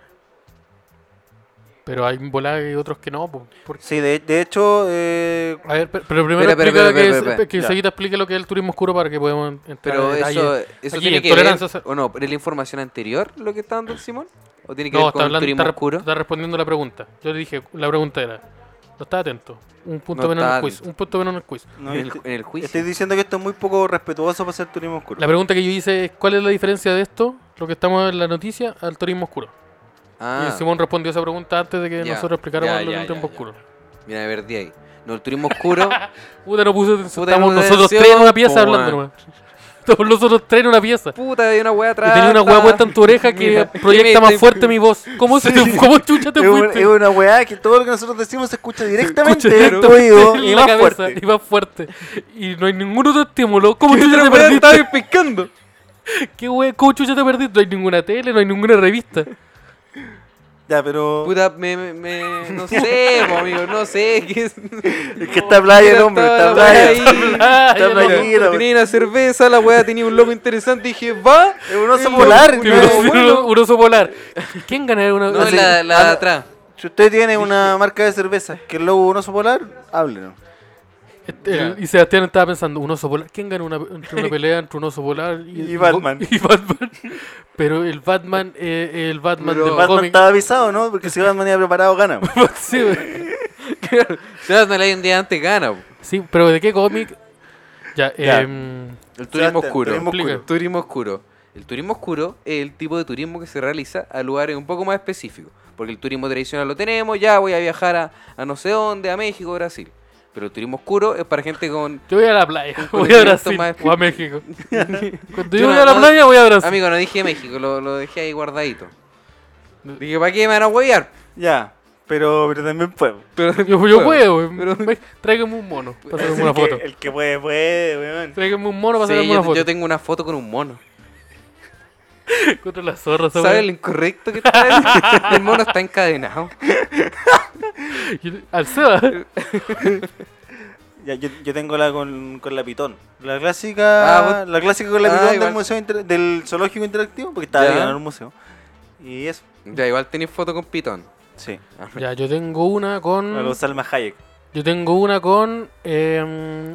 Pero hay voladas y otros que no. po. Porque-
Sí, de, de hecho, eh,
A ver, pe- pero primero
Espera, espera,
explica
espera,
que
espera,
es-
espera.
que
Ya.
Seguita explique lo que es el turismo oscuro para que podamos entrar
Pero
en detalle.
eso, eso
Aquí,
tiene
en
que ver,
tolerancia-
¿o no? ¿Es la información anterior lo que está dando el Simón? ¿O tiene que
No,
ver
está,
con el
hablando,
turismo
está, re-
oscuro?
está respondiendo la pregunta. Yo le dije, la pregunta era, no estaba atento. Un punto
No
menos en el
estaba
quiz.
atento.
Un punto menos en el quiz.
no,
en, el,
estoy-
en el juicio.
estoy diciendo que esto es muy poco respetuoso para hacer turismo oscuro.
La pregunta que yo hice es, ¿cuál es la diferencia de esto, lo que estamos en la noticia, al turismo oscuro? Y el
Ah,
Simón respondió esa pregunta antes de que
Ya,
nosotros
ya,
explicáramos lo
ya,
del turismo
ya, ya.
oscuro.
mira, a ver, di ahí. No, el turismo oscuro.
Puta, no puse atención.
Puta,
Estamos
no puse
nosotros
atención,
tres en una pieza
po,
hablando
weón.
nomás. Estamos nosotros tres en una pieza.
puta, hay una wea atrás.
Y tenía una hueá puesta en tu oreja que
Mira,
proyecta
me
más
estoy-
fuerte mi voz. ¿Cómo, se te- cómo chucha te
es, un-
fuiste?
es una weá que todo lo que nosotros decimos se escucha directamente
Escucha
en tu
directamente
oído
en
y
la
más
cabeza,
fuerte.
y más fuerte. Y no hay ningún otro estímulo. ¿Cómo chucha te
la wea
perdiste?
estaba pescando.
¿Qué wea? ¿Cómo chucha te perdiste? No hay ninguna tele, no hay ninguna revista.
Ya, pero.
Puta, me, me, me- no sé, po, amigo, no sé. ¿qué es?
Es que está playa el hombre,
Estaba
está
la wea
playa.
ahí,
Ah, ya
Está
no-
playa.
Tenía una cerveza, la wea tenía un logo interesante. Dije, va.
Es un oso
un-
polar.
Sí,
no es-
un-
bueno.
un oso polar. ¿Quién ganaría una
Ah, No,
así-
la, la de atrás.
Si usted tiene una marca de cerveza que el logo es un oso polar, háblenos.
este, el- Y Sebastián estaba pensando, un oso polar. ¿Quién gana una, entre una pelea entre un oso polar y,
Y Batman.
y Batman? Pero el Batman, eh, el Batman
Pero
de los
Batman
cómics-
estaba avisado, ¿no? Porque si Batman iba preparado, gana.
Sí, güey.
Si no la leí un día antes, gana. po.
Sí, pero ¿de qué cómic? Ya,
Ya.
em,
El turismo
Sebastián,
oscuro.
turismo
Explica.
oscuro.
Turismo oscuro. El turismo oscuro es el tipo de turismo que se realiza a lugares un poco más específicos. Porque el turismo tradicional lo tenemos, ya voy a viajar a, a no sé dónde, a México, Brasil. Pero el turismo oscuro es para gente con...
yo voy a la playa,
con
voy a
un
Brasil
más-
o a México. Cuando yo,
Yo
voy
no-
a la
no-
playa, voy a Brasil.
Amigo, no dije México, lo, lo dejé ahí guardadito. Dije, ¿para qué me van a huevear?
Ya, pero, pero también puedo.
Pero
yo, yo puedo,
Pero-
ve, tráigame un mono para hacerme
el,
una foto.
Que, el que puede, puede, weón.
Tráigame un mono para
Sí,
hacerme una
yo,
foto.
yo tengo una foto con un mono.
Contra la zorra, esa
¿Sabes
wea.
lo incorrecto que está? el mono está encadenado.
Yo- Al Seba.
Ya, yo, yo tengo la con, con la pitón. La clásica,
Ah, vos-
la clásica con la
Ah,
pitón del,
igual.
museo inter- del zoológico interactivo, porque estaba
Ya.
ligado en un museo. Y eso,
Ya, igual tenés foto con pitón.
sí.
Ya, yo tengo una
A
con.
los Salma Hayek.
Yo tengo una con. em,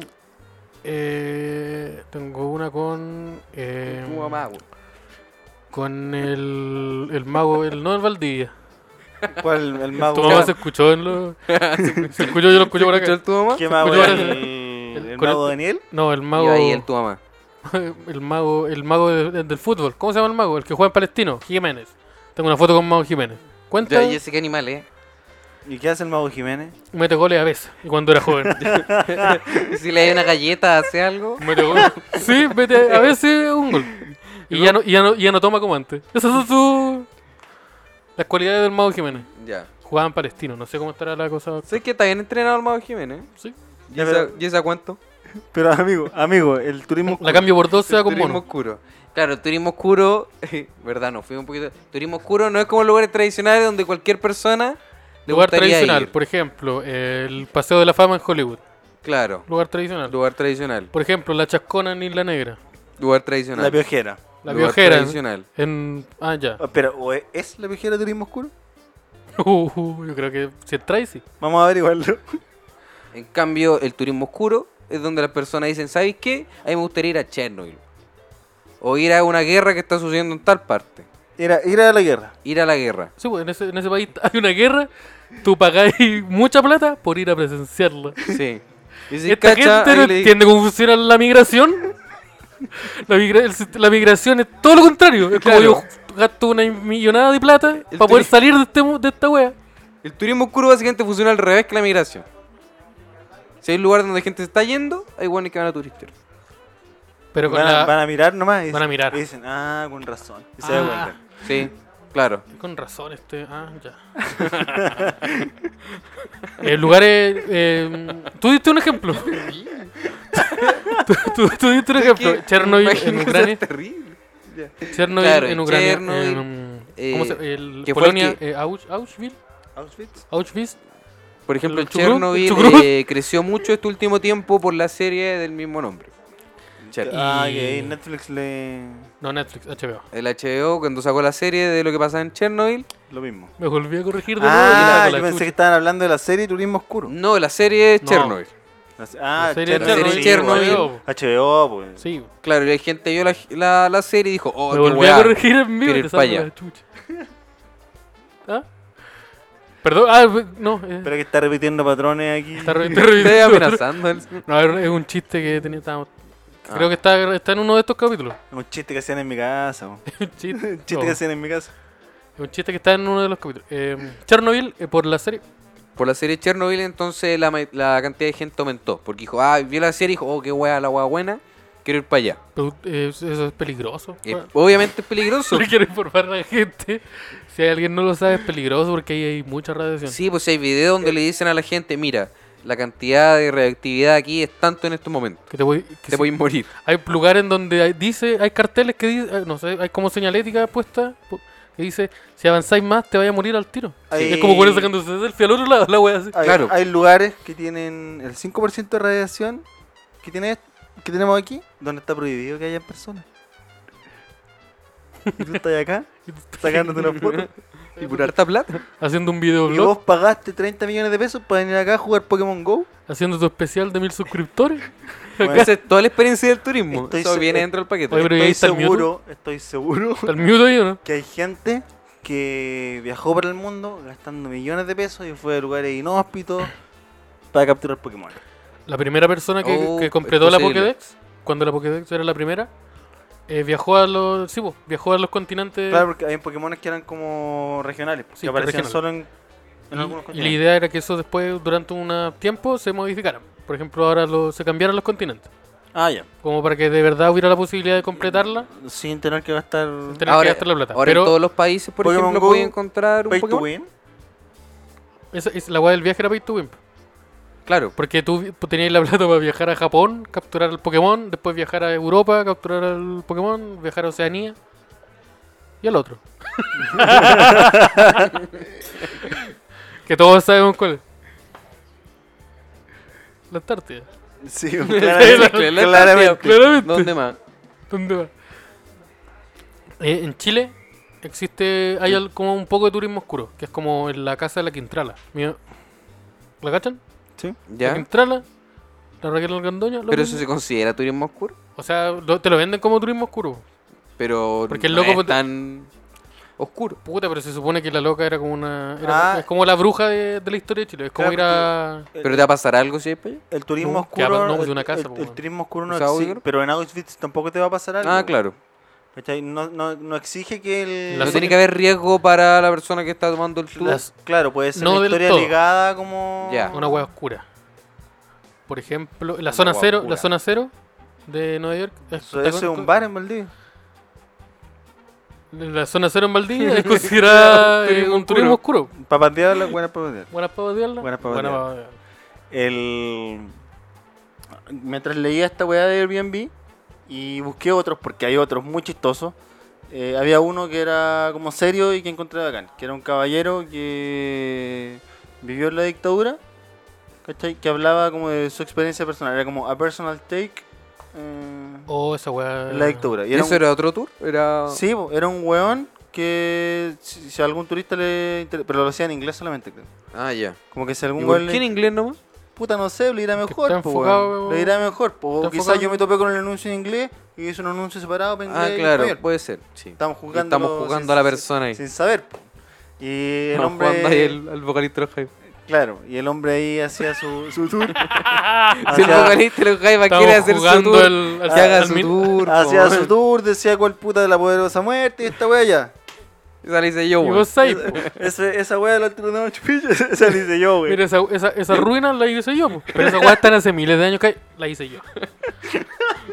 eh, tengo una con. em,
Tu mamá, güey.
con el, el mago, el, no el Valdivia.
¿Cuál? El
Tu
mago.
mamá se escuchó en los. Se escuchó, yo lo escuché por acá.
¿Escuchó el tu mamá?
¿Qué mago
Escuchó
era?
ahora-
¿El,
el-
el
con
mago
el-
Daniel?
No, el
Yo
mago.
ahí el tu mamá.
El mago, el mago de- de- del fútbol. ¿Cómo se llama el mago? El que juega en Palestino, Jiménez. Tengo una foto con Mago Jiménez. Cuenta,
Ya, yo sé qué animal eh. es.
¿Y qué hace el mago Jiménez?
mete goles a veces. Y cuando era joven.
Y si le doy una galleta, hace algo.
Mete gol. Sí, mete a veces un gol. Y ya no, y ya no, y ya no toma como antes. Esas son sus. Las cualidades del mago Jiménez.
Ya.
Jugaba en Palestino, no sé cómo estará la cosa.
Sé que está bien entrenado el Mago Jiménez.
Sí.
¿Y
Ya,
esa,
pero-
y esa cuánto?
Pero amigo, amigo, el turismo...
La cambio por dos, se
El
va con
turismo
mono.
oscuro. Claro, el turismo oscuro, verdad, no fui un poquito. Turismo oscuro no es como lugares tradicionales donde cualquier persona le
Lugar
gustaría
tradicional,
ir.
por ejemplo, el Paseo de la Fama en Hollywood.
Claro,
Lugar tradicional.
lugar tradicional.
Por ejemplo, la Chascona en Isla Negra.
Lugar tradicional.
La piojera.
La
Lugar
Viojera.
tradicional.
En. Ah, ya.
Ah, Pero, ¿o e- ¿es la piojera turismo oscuro?
Uh, uh, yo creo que si trae, sí.
Vamos a averiguarlo.
En cambio, el turismo oscuro es donde las personas dicen, ¿sabes qué? A mí me gustaría ir a Chernobyl. O ir a una guerra que está sucediendo en tal parte.
Era ir a la guerra.
Ir a la guerra.
Sí, pues, en ese, en ese país hay una guerra. Tú pagáis mucha plata por ir a presenciarla.
Sí. Y si
Esta
cacha,
gente no
ahí le-
entiende cómo funciona la migración. La, migra- el sist- la migración es todo lo contrario. Es
Claro.
como yo gasto una millonada de plata
El
para poder
turi-
salir de, este, mu- de esta wea.
El turismo oscuro básicamente funciona al revés que la migración. Si hay un lugar donde gente se está yendo, hay buenos que van a turistear.
Pero con
Van a,
la-
van a mirar nomás. y
Van a
dicen-
mirar.
Y dicen, ah, con razón. Y se
Ah.
da vuelta.
Sí, claro.
Con razón, este. Ah, ya. Eh, lugares. eh, tú diste un ejemplo. tú, tú- tú diste un ejemplo.
Que-
Chernobyl
imagino
en
que
Ucrania.
sea terrible.
Chernobyl
Claro,
en Ucrania.
Chernobyl,
en, um, ¿Cómo
eh,
se el,
que fue el
Polonia.
que-
eh, Ausch- Auschwitz.
Auschwitz.
Auschwitz.
Por ejemplo,
¿El chucrut? ¿El
Chernobyl
chucrut?
eh, creció mucho este último tiempo por la serie del mismo nombre. Cher.
Ah,
Y-
que Netflix le.
No, Netflix, HBO.
El HBO, cuando sacó la serie de lo que pasaba en Chernobyl.
Lo mismo.
Me volví a corregir de nuevo y la-
Ah,
con la
yo pensé
chucha.
que estaban hablando de la serie Turismo Oscuro.
No, la serie es
No.
Chernobyl.
La se- Ah,
La serie
Chernobyl,
Chernobyl.
sí,
Chernobyl.
bueno. HBO, pues.
Sí,
Claro, y la gente vio la, la, la serie y dijo, oh,
me
qué
volví
weá.
a corregir en vivo
quiero
y
ir
te
pa'
salgo
allá.
la chucha. ¿Ah? Perdón, ah, ve- no. eh,
Espera que está repitiendo patrones aquí.
está re- está
Estoy
revisando.
amenazando. al-
No, a ver, es un chiste que tenía. estábamos-
Ah.
Creo que está, está en uno de estos capítulos.
Un chiste que hacían en mi casa. po.
un chiste,
Un chiste
no,
que hacían en mi casa.
es un chiste que está en uno de los capítulos. Eh, Chernobyl, eh, por la serie.
Por la serie Chernobyl, entonces la, ma- la cantidad de gente aumentó. Porque dijo, ah, vio la serie y dijo, oh, qué weá, la weá buena. Quiero ir para allá.
Pero, eh, eso es peligroso.
Eh,
Bueno,
obviamente es peligroso.
le quiero informar a la gente. Si alguien no lo sabe, es peligroso porque ahí hay mucha radiación.
Sí, pues hay videos donde le dicen a la gente, mira, la cantidad de reactividad aquí es tanto en estos momentos.
Que te voy, que
Te
si-
podéis morir.
Hay lugares en donde hay, dice, hay carteles que dicen, no sé, hay como señalética puesta pu- que dice, si avanzáis más te vaya a morir al tiro. Sí,
Ahí-
es como cuando sacándose selfie al otro lado, la wea así.
Hay,
Claro.
hay lugares que tienen el 5% de radiación que, tiene, que tenemos aquí, donde está prohibido que haya personas. Y tú estás acá, sacándote una foto.
Y por harta plata.
Haciendo un videoblog,
Y vos pagaste 30 millones de pesos para venir acá a jugar Pokémon Go.
haciendo tu especial de mil suscriptores.
Bueno,
Esa es toda la experiencia del turismo.
Estoy
Eso
se-
viene dentro del paquete.
Oye, pero ahí
estoy
está el mute.
seguro, estoy seguro
Está el mute ahí, ¿o ¿no?
que hay gente que viajó por el mundo gastando millones de pesos y fue a lugares inhóspitos para capturar Pokémon.
La primera persona que,
Oh,
que completó
es
la
posible.
Pokédex, cuando la Pokédex era la primera, eh, viajó a los, sí, po, viajó a los continentes
Claro, porque hay Pokémon que eran como regionales, pues,
Sí,
que aparecían
regionales.
solo en, en
y, y
algunos
la
continentes.
idea era que eso después, durante un tiempo, se modificaran. Por ejemplo, ahora lo- se cambiaron los continentes.
Ah, ya.
Como para que de verdad hubiera la posibilidad de completarla.
Sin tener que gastar.
tener que gastar la plata.
ahora
pero
en todos los países, por
Pokémon
ejemplo,
Go,
pueden encontrar un
Pay to
Pokémon.
win.
esa- es la weá del viaje era pay to win.
Claro.
Porque tú vi- pues, tenías la plata para viajar a Japón, capturar al Pokémon, después viajar a Europa, capturar al Pokémon, viajar a Oceanía y al otro. que todos sabemos cuál es. La Antártida.
Sí, claramente.
Claramente.
claramente.
Claramente.
¿Dónde más?
¿Dónde va? Eh, en Chile existe, hay al- como un poco de turismo oscuro, que es como en la casa de la Quintrala. Mira, ¿La cachan?
Sí.
La
¿Ya?
Quintrala, la Raquel Argandoña. lo
Pero
mismo.
eso se considera turismo oscuro.
O sea, lo- te lo venden como turismo oscuro.
Pero
Porque el
no
loco
es
ponte-
tan oscuro.
Puta, pero se supone que la loca era como una. era-
Ah.
Es como la bruja de, de la historia de Chile. Es como
Claro,
ir a.
El,
¿Pero te va a pasar algo pues? si es para allá?
el turismo
No,
oscuro.
que no, pues,
el-
de una casa,
el-
pues,
el,
bueno.
turismo oscuro no
O sea,
exige.
Auditor.
Pero en Auschwitz tampoco te va a pasar algo.
Ah, claro.
¿cachai? No, no, no exige que el.
La zona-
no tiene que haber riesgo para la persona que está tomando el tour.
Las-
Claro, puede ser
No
una
del
historia
todo.
ligada como.
Ya.
una hueá oscura. Por ejemplo, la
Una
zona
hueá
cero,
oscura.
la zona cero de Nueva York.
Eso,
está
eso
con-
es un bar en Maldivia.
La zona cero en Valdivia es considerada eh,
Turismo
un turismo oscuro.
Papatear, buena papatear.
Buenas para odiarla.
Buenas pa'
Buenas
odiarla.
pa' odiarla.
el mientras leía esta weá de Airbnb y busqué otros porque hay otros muy chistosos eh, había uno que era como serio y que encontré bacán que era un caballero que vivió en la dictadura ¿cachai? que hablaba como de su experiencia personal era como a personal take eh,
Oh, esa hueá.
en la dictadura y
¿Y
era
eso
un,
era otro tour? Era...
sí, po, era un weón que si, si a algún turista le inter- pero lo hacía en inglés solamente creo.
Ah, ya.
como que si
¿Y
algún
por
weón
qué en
le-
inglés nomás?
Puta, no sé, le irá mejor,
está
po,
enfocado,
weón.
weón.
Le irá mejor, po.
Está
O quizás
enfocado.
yo me topé con el anuncio en inglés y hice un anuncio separado para
Ah,
inglés. y
claro,
español.
puede ser. sí.
Estamos
Y
jugando,
Estamos jugando a la persona ahí.
Sin saber, po. Y el
Estamos jugando ahí
hombre.
al, al vocalista de los Jaivas.
Claro, y el hombre ahí hacía su, su tour.
Si el
hacía,
vocalista de los Jaivas
Estamos
quiere hacer su
Ah, jugando
tour,
el- al-
que haga
al
su
min-
tour.
hacía
po.
su tour, decía cuál puta de la poderosa muerte y esta wea ya.
Esa la hice yo,
Y
weón.
vos sabés, po.
Ese- esa wea de la altura de la Machu Picchu, esa la hice yo,
Mira,
wey.
esa, esa, esa ruina la hice yo, po. Pues, eh, pero esa weá están hace miles de años que hay. la hice yo.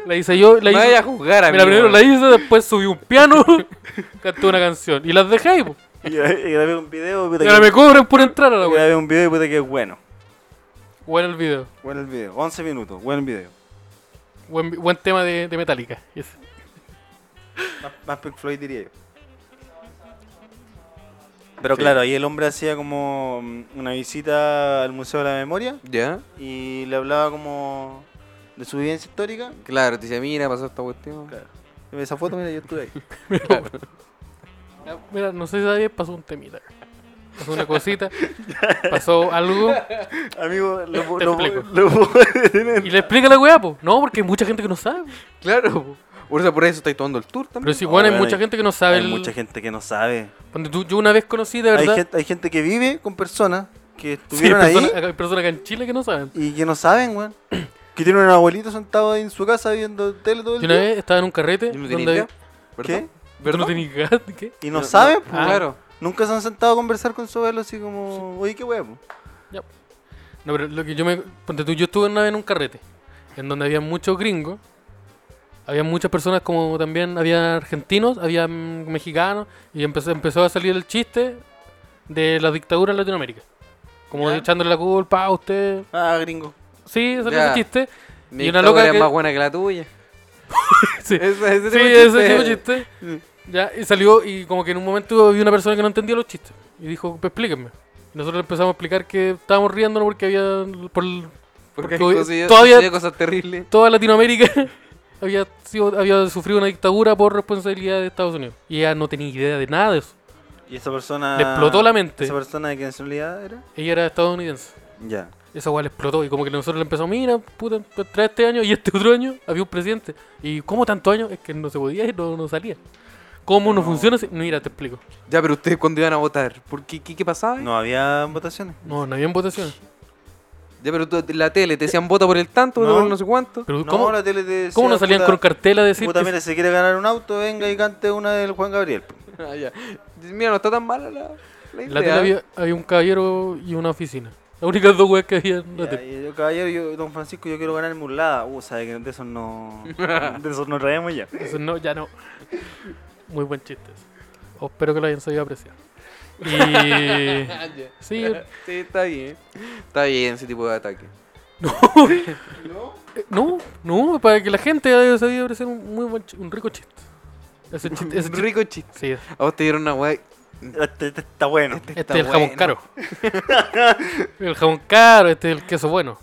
La hice yo, la
No
hice.
vaya a jugar, amigo.
Mira, primero la hice, después subí un piano, canté una canción y las dejé ahí, po.
Y, y grabé un video, puta
Y ahora me
que.
cobran por entrar a la weá.
Grabé un video y puta que es bueno.
Bueno el video,
Bueno el video, 11 minutos, buen video.
buen, buen tema de, de Metallica. Yes.
Más, más Pink Floyd diría yo. Pero claro, ahí el hombre hacía como mm, una visita al Museo de la Memoria
¿Ya?
y le hablaba como de su vivencia histórica.
Claro, te dice, mira, pasó esta cuestión.
Claro. Esa foto, mira, yo estuve ahí.
Mira, no sé si sabes, pasó un temita. Pasó una cosita, pasó algo.
Amigo, lo, po-
Te
lo, po-
explico.
lo puedo detener.
Y le explica la weá, po. No, porque hay mucha gente que no sabe.
Claro, po. por eso, por eso estáis tomando el tour
Pero
también.
si,
No,
Oh, bueno, hay
weón,
mucha
hay-
gente que no sabe.
Hay
el-
mucha gente que no sabe.
Cuando tú, yo una vez conocí, de
Hay
verdad.
gente, hay gente que vive con personas que
Sí, hay
estuvieron ahí
personas- hay personas acá en Chile que no saben.
y que no saben, weón. Que tienen un abuelito sentado ahí en su casa viendo tele todo el
Yo una
día
vez estaba en un carrete.
¿Y no
donde
tenéis idea?
¿Qué?
¿Perdón?
¿Tú no tenías gas? ¿Qué?
y no, saben, pues,
Ah.
Claro.
nunca se han sentado a conversar con su abuelo así como, oye, qué pues". huevo.
No, pero lo que yo me. Ponte tú, yo estuve una vez en un carrete. En donde había muchos gringos. Había muchas personas como también. Había argentinos, había mm, mexicanos. Y empezó, empezó a salir el chiste de la dictadura en Latinoamérica. Como
Ya.
echándole la culpa a usted.
Ah, gringo.
Sí, salió
Ya.
ese chiste.
Mi
Y una loca
historia es
que-
más buena que la tuya.
Sí.
Ese- ese
Sí,
tipo de
ese tipo de
chiste. Mm.
chiste. Ya, y salió, y como que en un momento vi una persona que no entendía los chistes. Y dijo, "Pues, explíquenme. Y nosotros le empezamos a explicar que estábamos riéndonos porque había. Por
Porque
Porque
todavía,
todavía-
cosas terribles.
toda Latinoamérica había, sido, había sufrido una dictadura por responsabilidad de Estados Unidos. Y ella no tenía idea de nada de eso.
Y esa persona...
Le explotó la mente.
¿Esa persona de qué nacionalidad era?
Ella era estadounidense.
Ya.
Esa weá le explotó. Y como que nosotros le empezamos, mira, puta, pues, trae este año y este otro año había un presidente. ¿Y cómo tanto año? Es que no se podía y no, no salía. ¿Cómo no, funciona? así? Mira, te explico.
Ya, pero ustedes cuando iban a votar, ¿por qué, qué, qué pasaba?
No había votaciones.
No, no había votaciones.
Ya, pero tú- la tele te decían vota por el tanto, vota
No.
por no sé cuánto.
Pero
No,
¿cómo,
la tele te
cómo no
decía,
salían
puta-
con cartela a decir
Puta,
que-
mira, si quiere ganar un auto, venga y cante una del Juan Gabriel.
Ah, ya. Mira, no está tan mala la, la
en
idea.
la tele había, había un caballero y una oficina? Las únicas dos weas que había en la
Ya,
tele.
y yo, caballero, yo, don Francisco, yo quiero ganar mulada. Uh, sabe que de esos no. De esos nos reemos ya.
Eso no, ya no. Muy buen chiste. ese. Oh, espero que lo hayan sabido apreciar. Y.
Ah, ya.
Sí,
Sí, está bien. Está bien ese tipo de ataque.
eh, no, no, para que la gente haya sabido apreciar un muy buen chi- un rico chiste. Ese chiste, ese
Un
chiste-
rico chiste.
Sí, este,
A vos te dieron una weá.
Este, este está bueno.
es el jamón
bueno.
caro. el jamón caro, este es el queso bueno.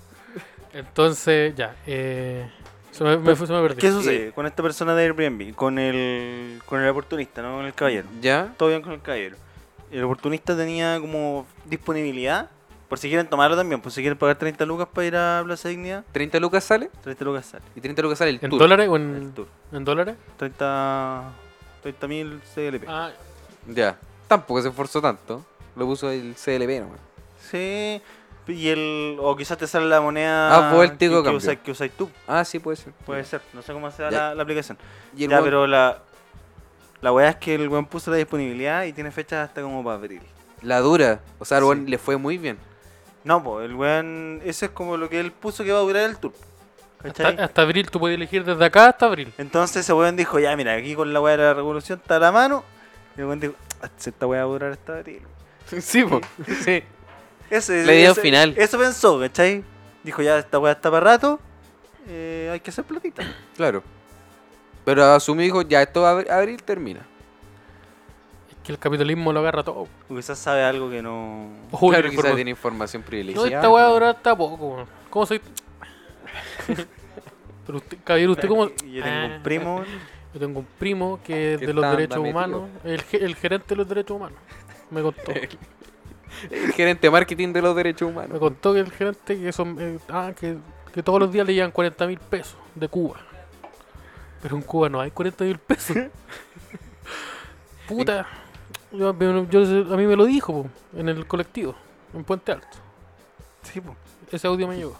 Entonces, ya. Eh, se, me, me, fue- se me perdí.
¿Qué sucede con esta persona de Airbnb? Con el, con el oportunista, no con el caballero.
¿Ya?
Todo bien con el caballero. El oportunista tenía como disponibilidad, por si quieren tomarlo también, por si quieren pagar 30 lucas para ir a Plaza Dignidad,
30 lucas sale
30 lucas sale.
y 30 lucas sale el
¿En
tour.
dólares o en,
Mm.
El tour.
en dólares?
30 mil CLP.
Ah,
Ya. Tampoco se esforzó tanto. Lo puso el CLP nomás.
Sí. Y el, o quizás te sale la moneda
Ah, fue el
que-
tico
que,
cambio.
usáis- que usáis tú.
Ah, sí, puede ser.
Puede ser, no sé cómo sea
Ya.
la, la aplicación.
Y el
ya,
weón-
pero la, la weá es que el weón puso la disponibilidad y tiene fecha hasta como para abril.
La dura. O sea, al
Sí.
weón le fue muy bien.
No, pues el weón, eso es como lo que él puso que va a durar el tour.
hasta,
¿Cachai?
hasta abril, tú puedes elegir desde acá hasta abril.
Entonces ese weón dijo, ya mira, aquí con la weá de la revolución está a la mano. Y el weón dijo, "Ah, si esta weá va a durar hasta abril.
Sí, po. Sí.
Ese,
La idea
ese-
final.
Eso pensó, ¿cachai? Dijo, ya esta weá está para rato, eh, hay que hacer platita.
Claro. Pero asumí, dijo, ya esto va a abri- abril termina.
Es que el capitalismo lo agarra todo.
O quizás sabe algo que no...
Uy, la
claro, quizás
información.
tiene información
No,
privilegiada.
esta weá durar hasta poco, weón. ¿Cómo soy? Pero usted, caballero, ¿usted cómo?
Yo tengo
Ah,
un primo,
Yo tengo un primo que es
Que
de los
está-
derechos
está metido.
humanos. El, ge- el gerente de los derechos humanos. Me contó.
El gerente de marketing de los derechos
me
humanos.
contó que el gerente que son. eh, ah, que, que todos los días le llegan 40 mil pesos de Cuba. Pero en Cuba no hay 40 mil pesos. Puta. Yo, yo- a mí me lo dijo po, en el colectivo, en Puente Alto.
Sí, po.
Ese audio me llegó.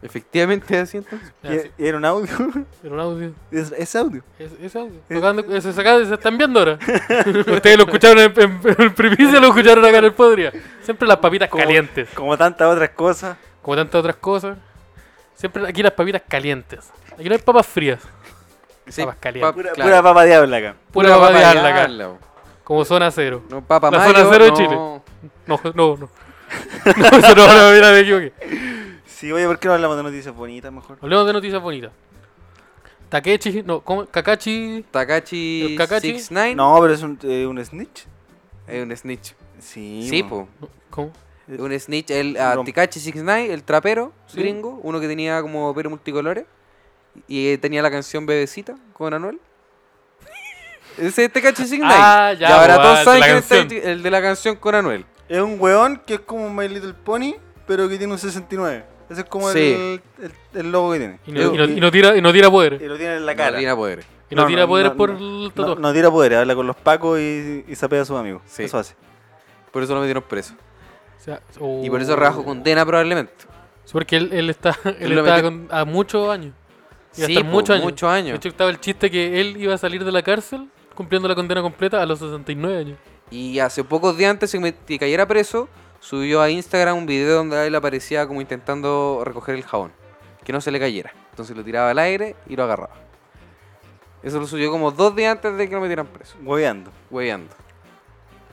Efectivamente, así entonces.
Ah, sí,
Y, y era un audio.
Era un audio.
Es, es audio.
Es- Ese audio. Lo acaban de- se, saca- se están viendo ahora. Ustedes lo escucharon en, en, en primicia, lo escucharon acá en el Podría. Siempre las papitas
Como-
calientes.
Como tantas otras cosas.
Como tantas otras cosas. Siempre aquí las papitas calientes. Aquí no hay papas frías.
Sí,
Papas calientes.
Pura,
claro.
pura papa diabla acá.
Pura papa de
de
acá.
habla, po.
Como zona cero.
No, papa
La
mayo,
zona cero de
no.
Chile. No, no, no. No, eso no, no, mira, me equivoqué.
Sí, oye, ¿por qué no hablamos de noticias bonitas mejor?
Hablemos de noticias bonitas. Takechi, no, ¿cómo? Kakachi.
Takachi
¿El Kakashi?
69
No, pero es un, eh, un snitch.
es un snitch.
Sí,
Sí,
po.
po.
¿Cómo?
Un snitch, el ah,
Rompe.
Tekashi 69, el trapero
Sí.
gringo, uno que tenía como pelo multicolores. Y eh, tenía la canción Bebecita con Anuel. Ese es Tecachi Signay.
Ah, ya,
Y ahora
pues, ah,
todos saben
la
que este es
canción.
el de la canción con Anuel.
Es un weón que es como My Little Pony, pero que tiene un 69. Ese es como
Sí.
el, el, el logo que tiene.
Y no, y no- y no tira, y no tira
Y
poder.
lo tiene en la cara.
Carolina Poder.
Y no,
No,
tira
no,
poder
no,
por
no.
el
No,
tatuaje.
no tira poder, habla con los pacos y, y sapea a sus amigos.
Sí.
Eso hace.
Por eso lo metieron preso.
O sea, oh.
Y por eso rajo condena probablemente.
Sí, porque él, él está, él
lo
estaba
metió-
con- a muchos años. Y
Sí,
hasta
po,
muchos años.
muchos años.
De hecho, estaba el chiste que él iba a salir de la cárcel cumpliendo la condena completa a los 69 años.
Y hace pocos días antes de que me- que cayera preso, subió a Instagram un video donde él aparecía como intentando recoger el jabón. Que no se le cayera. Entonces lo tiraba al aire y lo agarraba. Eso lo subió como dos días antes de que lo metieran preso.
Hueveando.
Hueveando.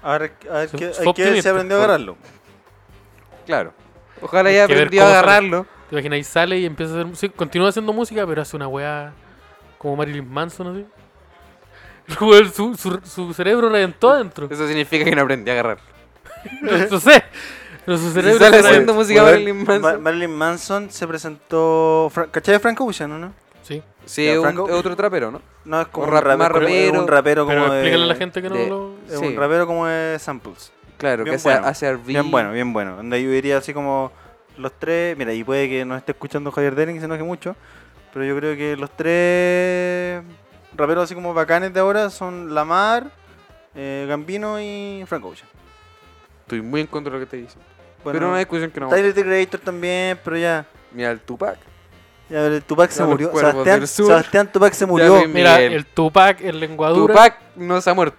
A ver, a ver
Son- son
qué- hay que ver si
optimistas.
aprendió a agarrarlo.
Claro. Ojalá
Hay
haya
que ver
aprendido a
cómo sale.
agarrarlo.
Te imaginas, ahí sale y empieza a hacer. sí, continúa haciendo música, pero hace una weá como Marilyn Manson, así. El weón, Su, su, su cerebro reventó adentro.
Eso significa que no aprendí a agarrarlo.
No, no sé. Pero su cerebro
sale
se
Está
reventó.
haciendo música
Weón,
Marilyn Manson.
Ma- Marilyn Manson se presentó. Fra- ¿Cachai de Frank Ocean o no?
Sí.
Sí,
Ya,
es un-
Franco.
es otro trapero, ¿no?
No, es como
Un
un
rap-
rapero,
más
es un
rapero,
rapero como
Pero explícale a la
de-
gente que no
de-
lo.
Es
Sí.
un rapero como de samples.
Claro,
Bien
que hace,
bueno.
hace RB.
Bien bueno, bien bueno. Donde yo diría así como los tres. Mira, y puede que nos esté escuchando Javier Denning, que se enoje mucho. Pero yo creo que los tres raperos así como bacanes de ahora son Lamar, eh, Gambino y Frank Ocean.
Estoy muy en contra de lo que te dicen.
Bueno,
pero una discusión que no.
Tyler the Creator también, pero ya.
Mira, el Tupac.
ya pero Tupac se
Ya los
murió.
cuervos
Sebastián,
del sur.
Sebastián Tupac se murió.
Luis
Mira,
Miguel.
el Tupac, el lenguadura. Tupac.
Tupac no se ha muerto.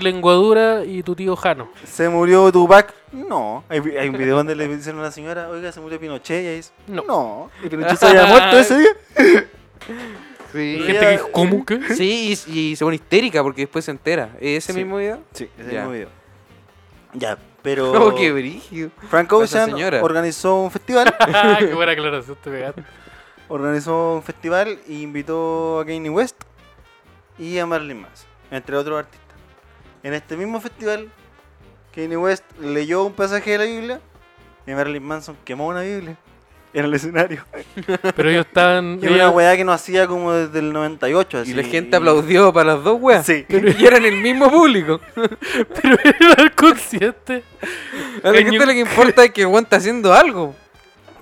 lenguadura y tu tío Jano.
¿Se murió Tupac? No. Hay, vi- hay un video donde le dicen a la señora, oiga, se murió Pinochet. Y ahí dice,
No.
no. ¿Y Pinochet se había muerto ese día?
Hay
Sí.
gente que dijo, ¿cómo? ¿Qué?
Sí, y, y se pone histérica porque después se entera. ¿Es ese
Sí.
mismo video?
Sí, ese
Ya.
mismo video. Ya, pero.
No, qué brígido.
Frank
Para esa
Ocean
señora.
organizó un festival.
Ah, qué buena aclaración, te pegaste.
organizó un festival y invitó a Kanye West y a Marilyn Manson, entre otros artistas. En este mismo festival, Kanye West leyó un pasaje de la Biblia y Marilyn Manson quemó una Biblia en el escenario.
Pero ellos estaban.
Y una
ellos-
weá que no hacía como desde el 98. Así.
Y la gente aplaudió para las dos weas.
Ah, Sí.
Y eran el mismo público.
pero era el consciente.
A la
Kanye-
gente lo que importa es que Juan está haciendo algo.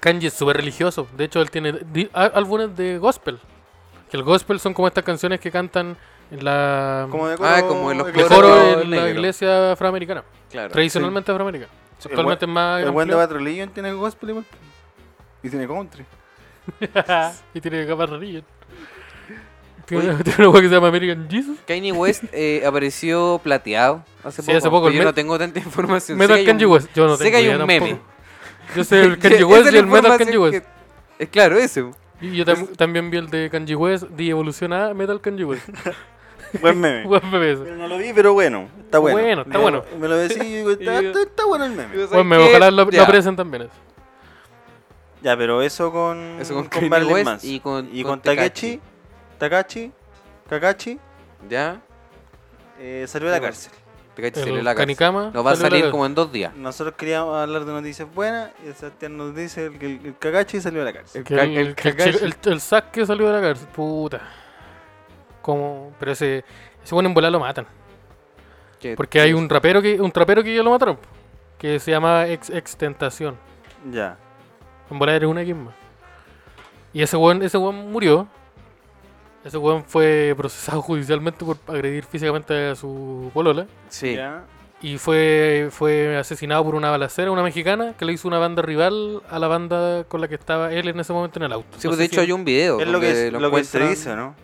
Kanye es súper religioso. De hecho, él tiene di- á- álbumes de gospel. Que el gospel son como estas canciones que cantan en la.
Como de coro,
Ah, como en los
de
de
el
coro
coro
en la
negro.
iglesia afroamericana.
Claro.
Tradicionalmente afroamericana.
El
Actualmente es más.
El buen de
amplio.
Bad Religion tiene gospel igual. Y tiene country.
y tiene capas rarillas. Tiene una- tiene una hueá que se llama American Jesus.
Kanye West eh, apareció plateado hace
Sí,
poco.
hace poco, el
Yo
met-
no tengo tanta información. Sé
Metal
que hay un-
Kanye West. Yo no
sé
tengo
que hay
idea
un meme.
tampoco. Yo sé el Kanye
Esa
West
es
y
la
el Metal Kanye
información
West.
que- Es claro, eso.
Y yo tam- también vi el de Kanye West, de Evolución a Metal Kanye West.
Buen meme.
Buen meme ese.
Pero no lo vi, pero bueno. Está bueno.
Bueno, está
Me-
bueno.
Me lo decís y digo, está, está- está bueno el meme.
Digo, ¿sabes
Bueno, Pues me-
qué?
ojalá lo, lo
Pues Ya.
aprecien también. eso.
Ya, pero eso con,
Eso con Kanye
Marilyn
West
Manson.
y con-
y
con
con Takechi, Takachi, Kakachi,
Ya.
eh, salió de la
Qué
cárcel.
Te cachas,
El
salió la cárcel.
Canicama
Nos va
salió de la
a salir
cárcel.
como en dos días.
Nosotros queríamos hablar de noticias buenas y Sebastián nos dice el- que el, el Kakachi salió de la cárcel.
Que
ca-
el,
el
que el
Kakashi.
chico- el- el Zack que salió de la cárcel. Puta. Como. Pero ese. Ese bueno en volar lo matan.
Que-
Porque hay un rapero que. Un trapero que ya lo mataron. po, Que se llama Ex Extentación.
Eh,
Ya.
En volar era una quien más. Y ese weón, ese weón murió. Ese weón fue procesado judicialmente por agredir físicamente a su polola.
Sí.
Ya.
Y fue, fue asesinado por una balacera, una mexicana, que le hizo una banda rival a la banda con la que estaba él en ese momento en el auto.
Sí,
No
pues
sé
de
si-
hecho hay un video.
Es lo que,
donde
es-
lo
lo que se
encuentran- Pues,
dice, ¿no?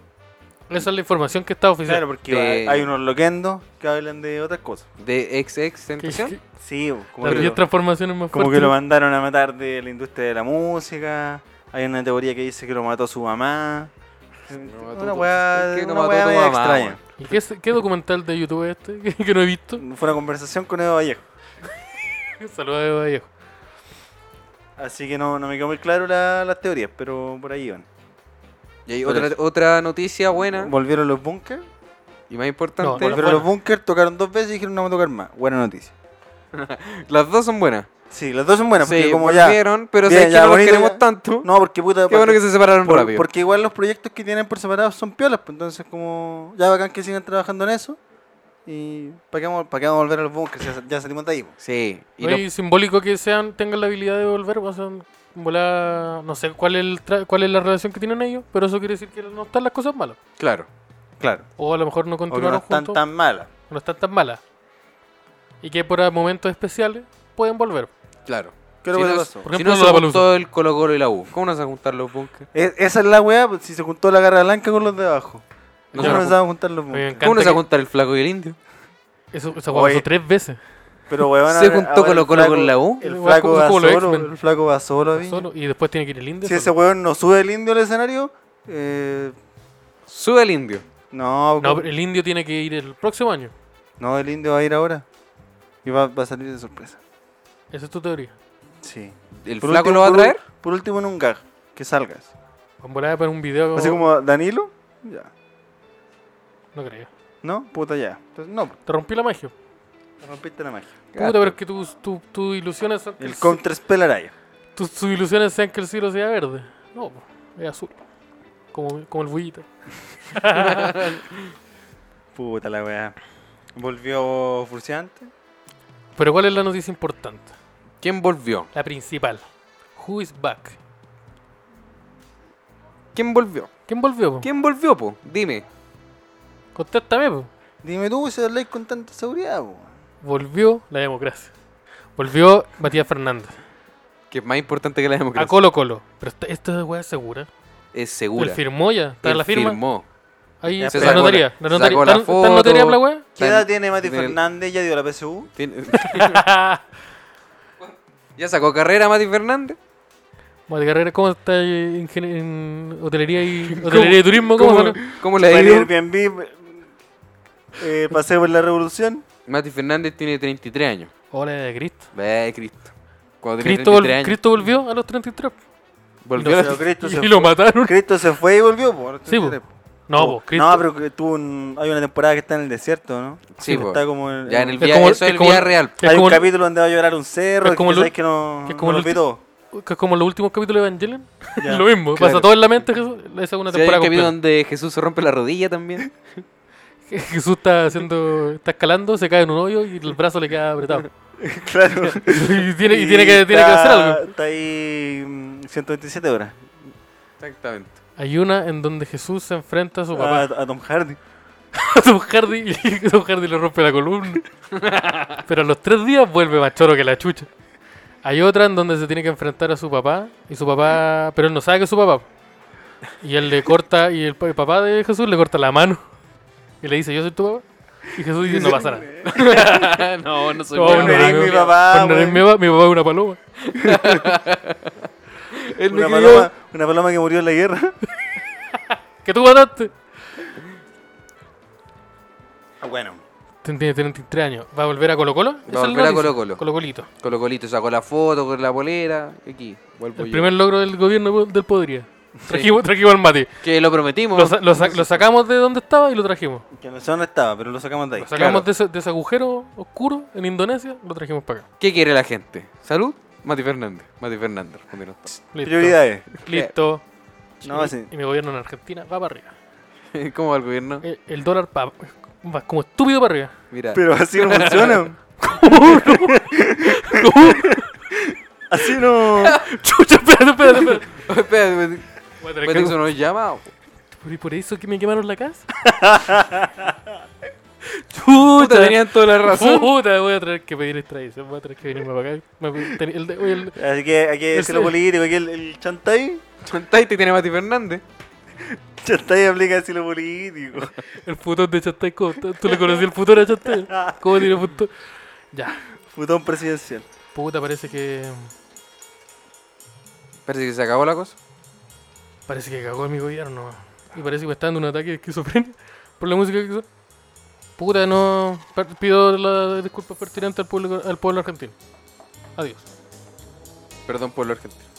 Esa es la información que está oficial.
Claro, pues, porque
de-
hay unos loquendos que hablan de otras cosas.
De ex
Que-
Tentación.
que-
Sí, como,
las
que,
10
lo,
transformaciones más
como que
fuertes.
lo mandaron a matar de la industria de la música. Hay una teoría que dice que lo mató su mamá.
mató
una
tu-
weá,
es que lo
una
mató
weá
tu
media
mamá,
extraña.
weón.
¿Y qué, es- qué documental de YouTube es este que, que no he visto?
Fue una conversación con Edo Vallejo.
Saludos a Eva Vallejo.
Así que no, no me quedó muy claro la- las teorías, pero por ahí van.
Y hay
Por
otra, otra noticia buena
Volvieron los bunkers.
y más
No,
importante.
bueno,
Volvieron los bunkers, tocaron dos veces y dijeron no vamos a tocar más. Buena noticia.
Las dos son buenas.
Sí, las dos son buenas, porque
sí,
como ya.
volvieron, pero
Bien,
sé que
ya,
no los
bonito,
queremos
ya.
tanto.
No, porque puta.
Qué bueno
porque-
que se separaron
por-
rápido.
Porque igual los proyectos que tienen por separado son piolas, pues entonces como ya bacán que sigan trabajando en eso. Y para qué vamos, para qué vamos a volver a los bunkers, ya, ya salimos de ahí. pues.
Sí. Y
Oye,
los-
y simbólico que sean, tengan la habilidad de volver, pues, son- en volá- no sé cuál es, el tra- cuál es la relación que tienen ellos, pero eso quiere decir que no están las cosas malas.
Claro, claro.
O a lo mejor no
O que no
continuaron
están
juntos,
tan malas.
no están tan malas. Y que por momentos especiales pueden volver.
Claro.
Creo
si
que
no,
pasó.
Por
si
ejemplo,
no se
Lollapalooza.
juntó el Colo Colo y la U, ¿cómo nos van a juntar los bunkers?
E- esa es la weá, pues, si se juntó la garra blanca con los de abajo.
No se
No nos
van a
vamos a juntar los
Me
bunkers.
encanta
¿Cómo nos va a
que-
juntar el flaco y el indio?
Eso, eso pasó
Oye.
tres veces.
Pero weón,
Se
ahora-
juntó
ahora el
Colo Colo con
flaco-
la U.
El
Igual
flaco
como-
va
como los
solo,
X-Men.
el flaco va solo a Viña.
solo, y después tiene que ir el Inde.
Si ese
solo.
weón no sube el indio al escenario, eh,
Sube el indio.
no, pues,
No, pero el indio tiene que ir el próximo año.
no, el indio va a ir ahora. Y va, va a salir de sorpresa.
Esa es tu teoría.
Sí.
¿El
Por
flaco
último-
lo va a
por ul-
traer?
Por último, en un gag, que salgas.
En volada para un video.
Así como Danilo, ya.
No creo.
¿No? Puta ya. Entonces, no,
Te rompí la magia.
te rompiste la magia.
Puta, pero es que tus tu, tu ilusiones son que
El
el ci-
contra spell araya.
tus, tus ilusiones sean que el cielo sea verde. No, po, es azul. Como, como el bullita.
Puta la weá. Volvió Furciante.
Pero ¿cuál es la noticia importante?
¿Quién volvió?
La principal. Who is back?
¿Quién volvió?
¿Quién volvió? po?
¿Quién volvió, po? Dime.
Contéstame. po.
Dime tú si habláis con tanta seguridad, po.
Volvió la democracia. Volvió Matías Fernández.
Que es más importante que la
A
democracia.
Colo Colo. Pero esta, esta es weá segura.
Es
Él
segura.
firmó ya. Está
Él
la firma.
firmó.
Ahí
Ya,
está
se
la
sacó
notaría. La
la- sacó
notaría.
la
¿Está- está
foto.
notaría la weá?
¿Qué edad tiene Mati
tiene-
Fernández? ¿Ya dio la PSU?
Tiene- ya sacó carrera Mati Fernández.
Mati Carrera, ¿cómo está eh, ingen- en hotelería y, hotelería y turismo? ¿Cómo,
¿Cómo,
está?
cómo le
¿Para
ha
el
ido?
Airbnb? Eh, ¿Paseo por la revolución?
Mati Fernández tiene 33 años.
Hola de Cristo.
Ve, Cristo. Cuando tenía
Cristo,
33
vol-
años.
Cristo volvió a los 33.
Volvió
y
a
no
la-
Pero Cristo se
Y lo mataron.
Cristo se fue y volvió, po.
Sí, po. No, pues Cristo.
No, pero que tuvo un- hay una temporada que está en el desierto, ¿no?
Sí, po.
Está como en,
Ya en el
Es
vía,
como-
eso
es
es el
como-
vía real.
que es
Hay
como
un
el-
capítulo donde va a llorar un cerro,
es como
que
el
sabes
ulti-
que no,
que es como
no
el
lo
ulti-
pitó.
Que es como los últimos capítulos de Evangelion.
Ya.
lo mismo.
Claro.
Pasa todo en la mente, Jesús. Esa es una
Sí, hay un
temporada
capítulo
completa.
donde Jesús se rompe la rodilla también.
Jesús está haciendo, está escalando, se cae en un hoyo y el brazo le queda apretado.
Claro.
y tiene, y tiene que, tiene que
está-
hacer algo.
Está ahí mm, 127 horas.
Exactamente.
Hay una en donde Jesús se enfrenta a su Oh, papá.
Ah, A, a Tom Hardy.
a Tom Hardy y Tom Hardy le rompe la columna. Pero a los tres días vuelve más choro que la chucha. Hay otra en donde se tiene que enfrentar a su papá y su papá, pero él no sabe que es su papá. Y él le corta y el, pa- el papá de Jesús le corta la mano y le dice, "Yo soy tu papá." Y Jesús dice, "No pasa nada."
no, no soy
No,
muy
no
Bueno,
eres
eres
mi
mi papá,
Cuando eres
güey.
mi papá, mi papá es una paloma.
Él me
Una
crió.
paloma, una paloma que murió en la guerra.
Que tú mataste.
bueno.
Tiene 33 años. ¿Va a volver a Colo Colo?
a volver a Colo-Colo.
Colo Colito.
Colo Colito sacó la foto con la polera. Aquí, vuelvo
El
yo.
primer logro del gobierno del Podría. Trajimos, trajimos al Mati.
Que lo prometimos.
Lo, sa- lo sa- lo sacamos de donde estaba y lo trajimos.
Que no sé dónde estaba, pero lo sacamos de ahí.
Lo sacamos
Claro.
de, ese, de ese agujero oscuro en Indonesia, lo trajimos para acá.
¿Qué quiere la gente? ¿Salud? Mati Fernández. Mati Fernández. respondieron todos.
Listo.
Prioridades.
Listo.
No,
y,
sí.
y mi gobierno en Argentina va para arriba.
¿Cómo va el gobierno?
El, el dólar pa- va como estúpido para arriba.
Mira.
Pero así no funciona. así no.
Chucha, espérate, espérate, espérate.
Espérate, me- me
Voy a tener que-
tengo que sonar un llamado.
¿Por, por eso que me quemaron la casa?
Puta,
Chucha.
tenían toda la razón.
Puta, voy a tener que pedir extradición, voy a tener que venirme para acá. Me- ten- el de- oye, el-
Así que hay que decirlo
Ese-
político. Aquí el, el Chantay.
Chantay te tiene Mati Fernández.
Chantay aplica así lo político.
el futón de Chastay, ¿cómo está? ¿tú le conocí el futón a Chastay? ¿Cómo tiene futón? Ya,
Futón presidencial.
puta, parece que.
Parece que se acabó la cosa.
Parece que cagó mi gobierno. Y parece que me está dando un ataque de esquizofrenia por la música que hizo. Puta, no. per- Pido las disculpas pertinentes al, público, al pueblo argentino. Adiós.
Perdón, pueblo argentino.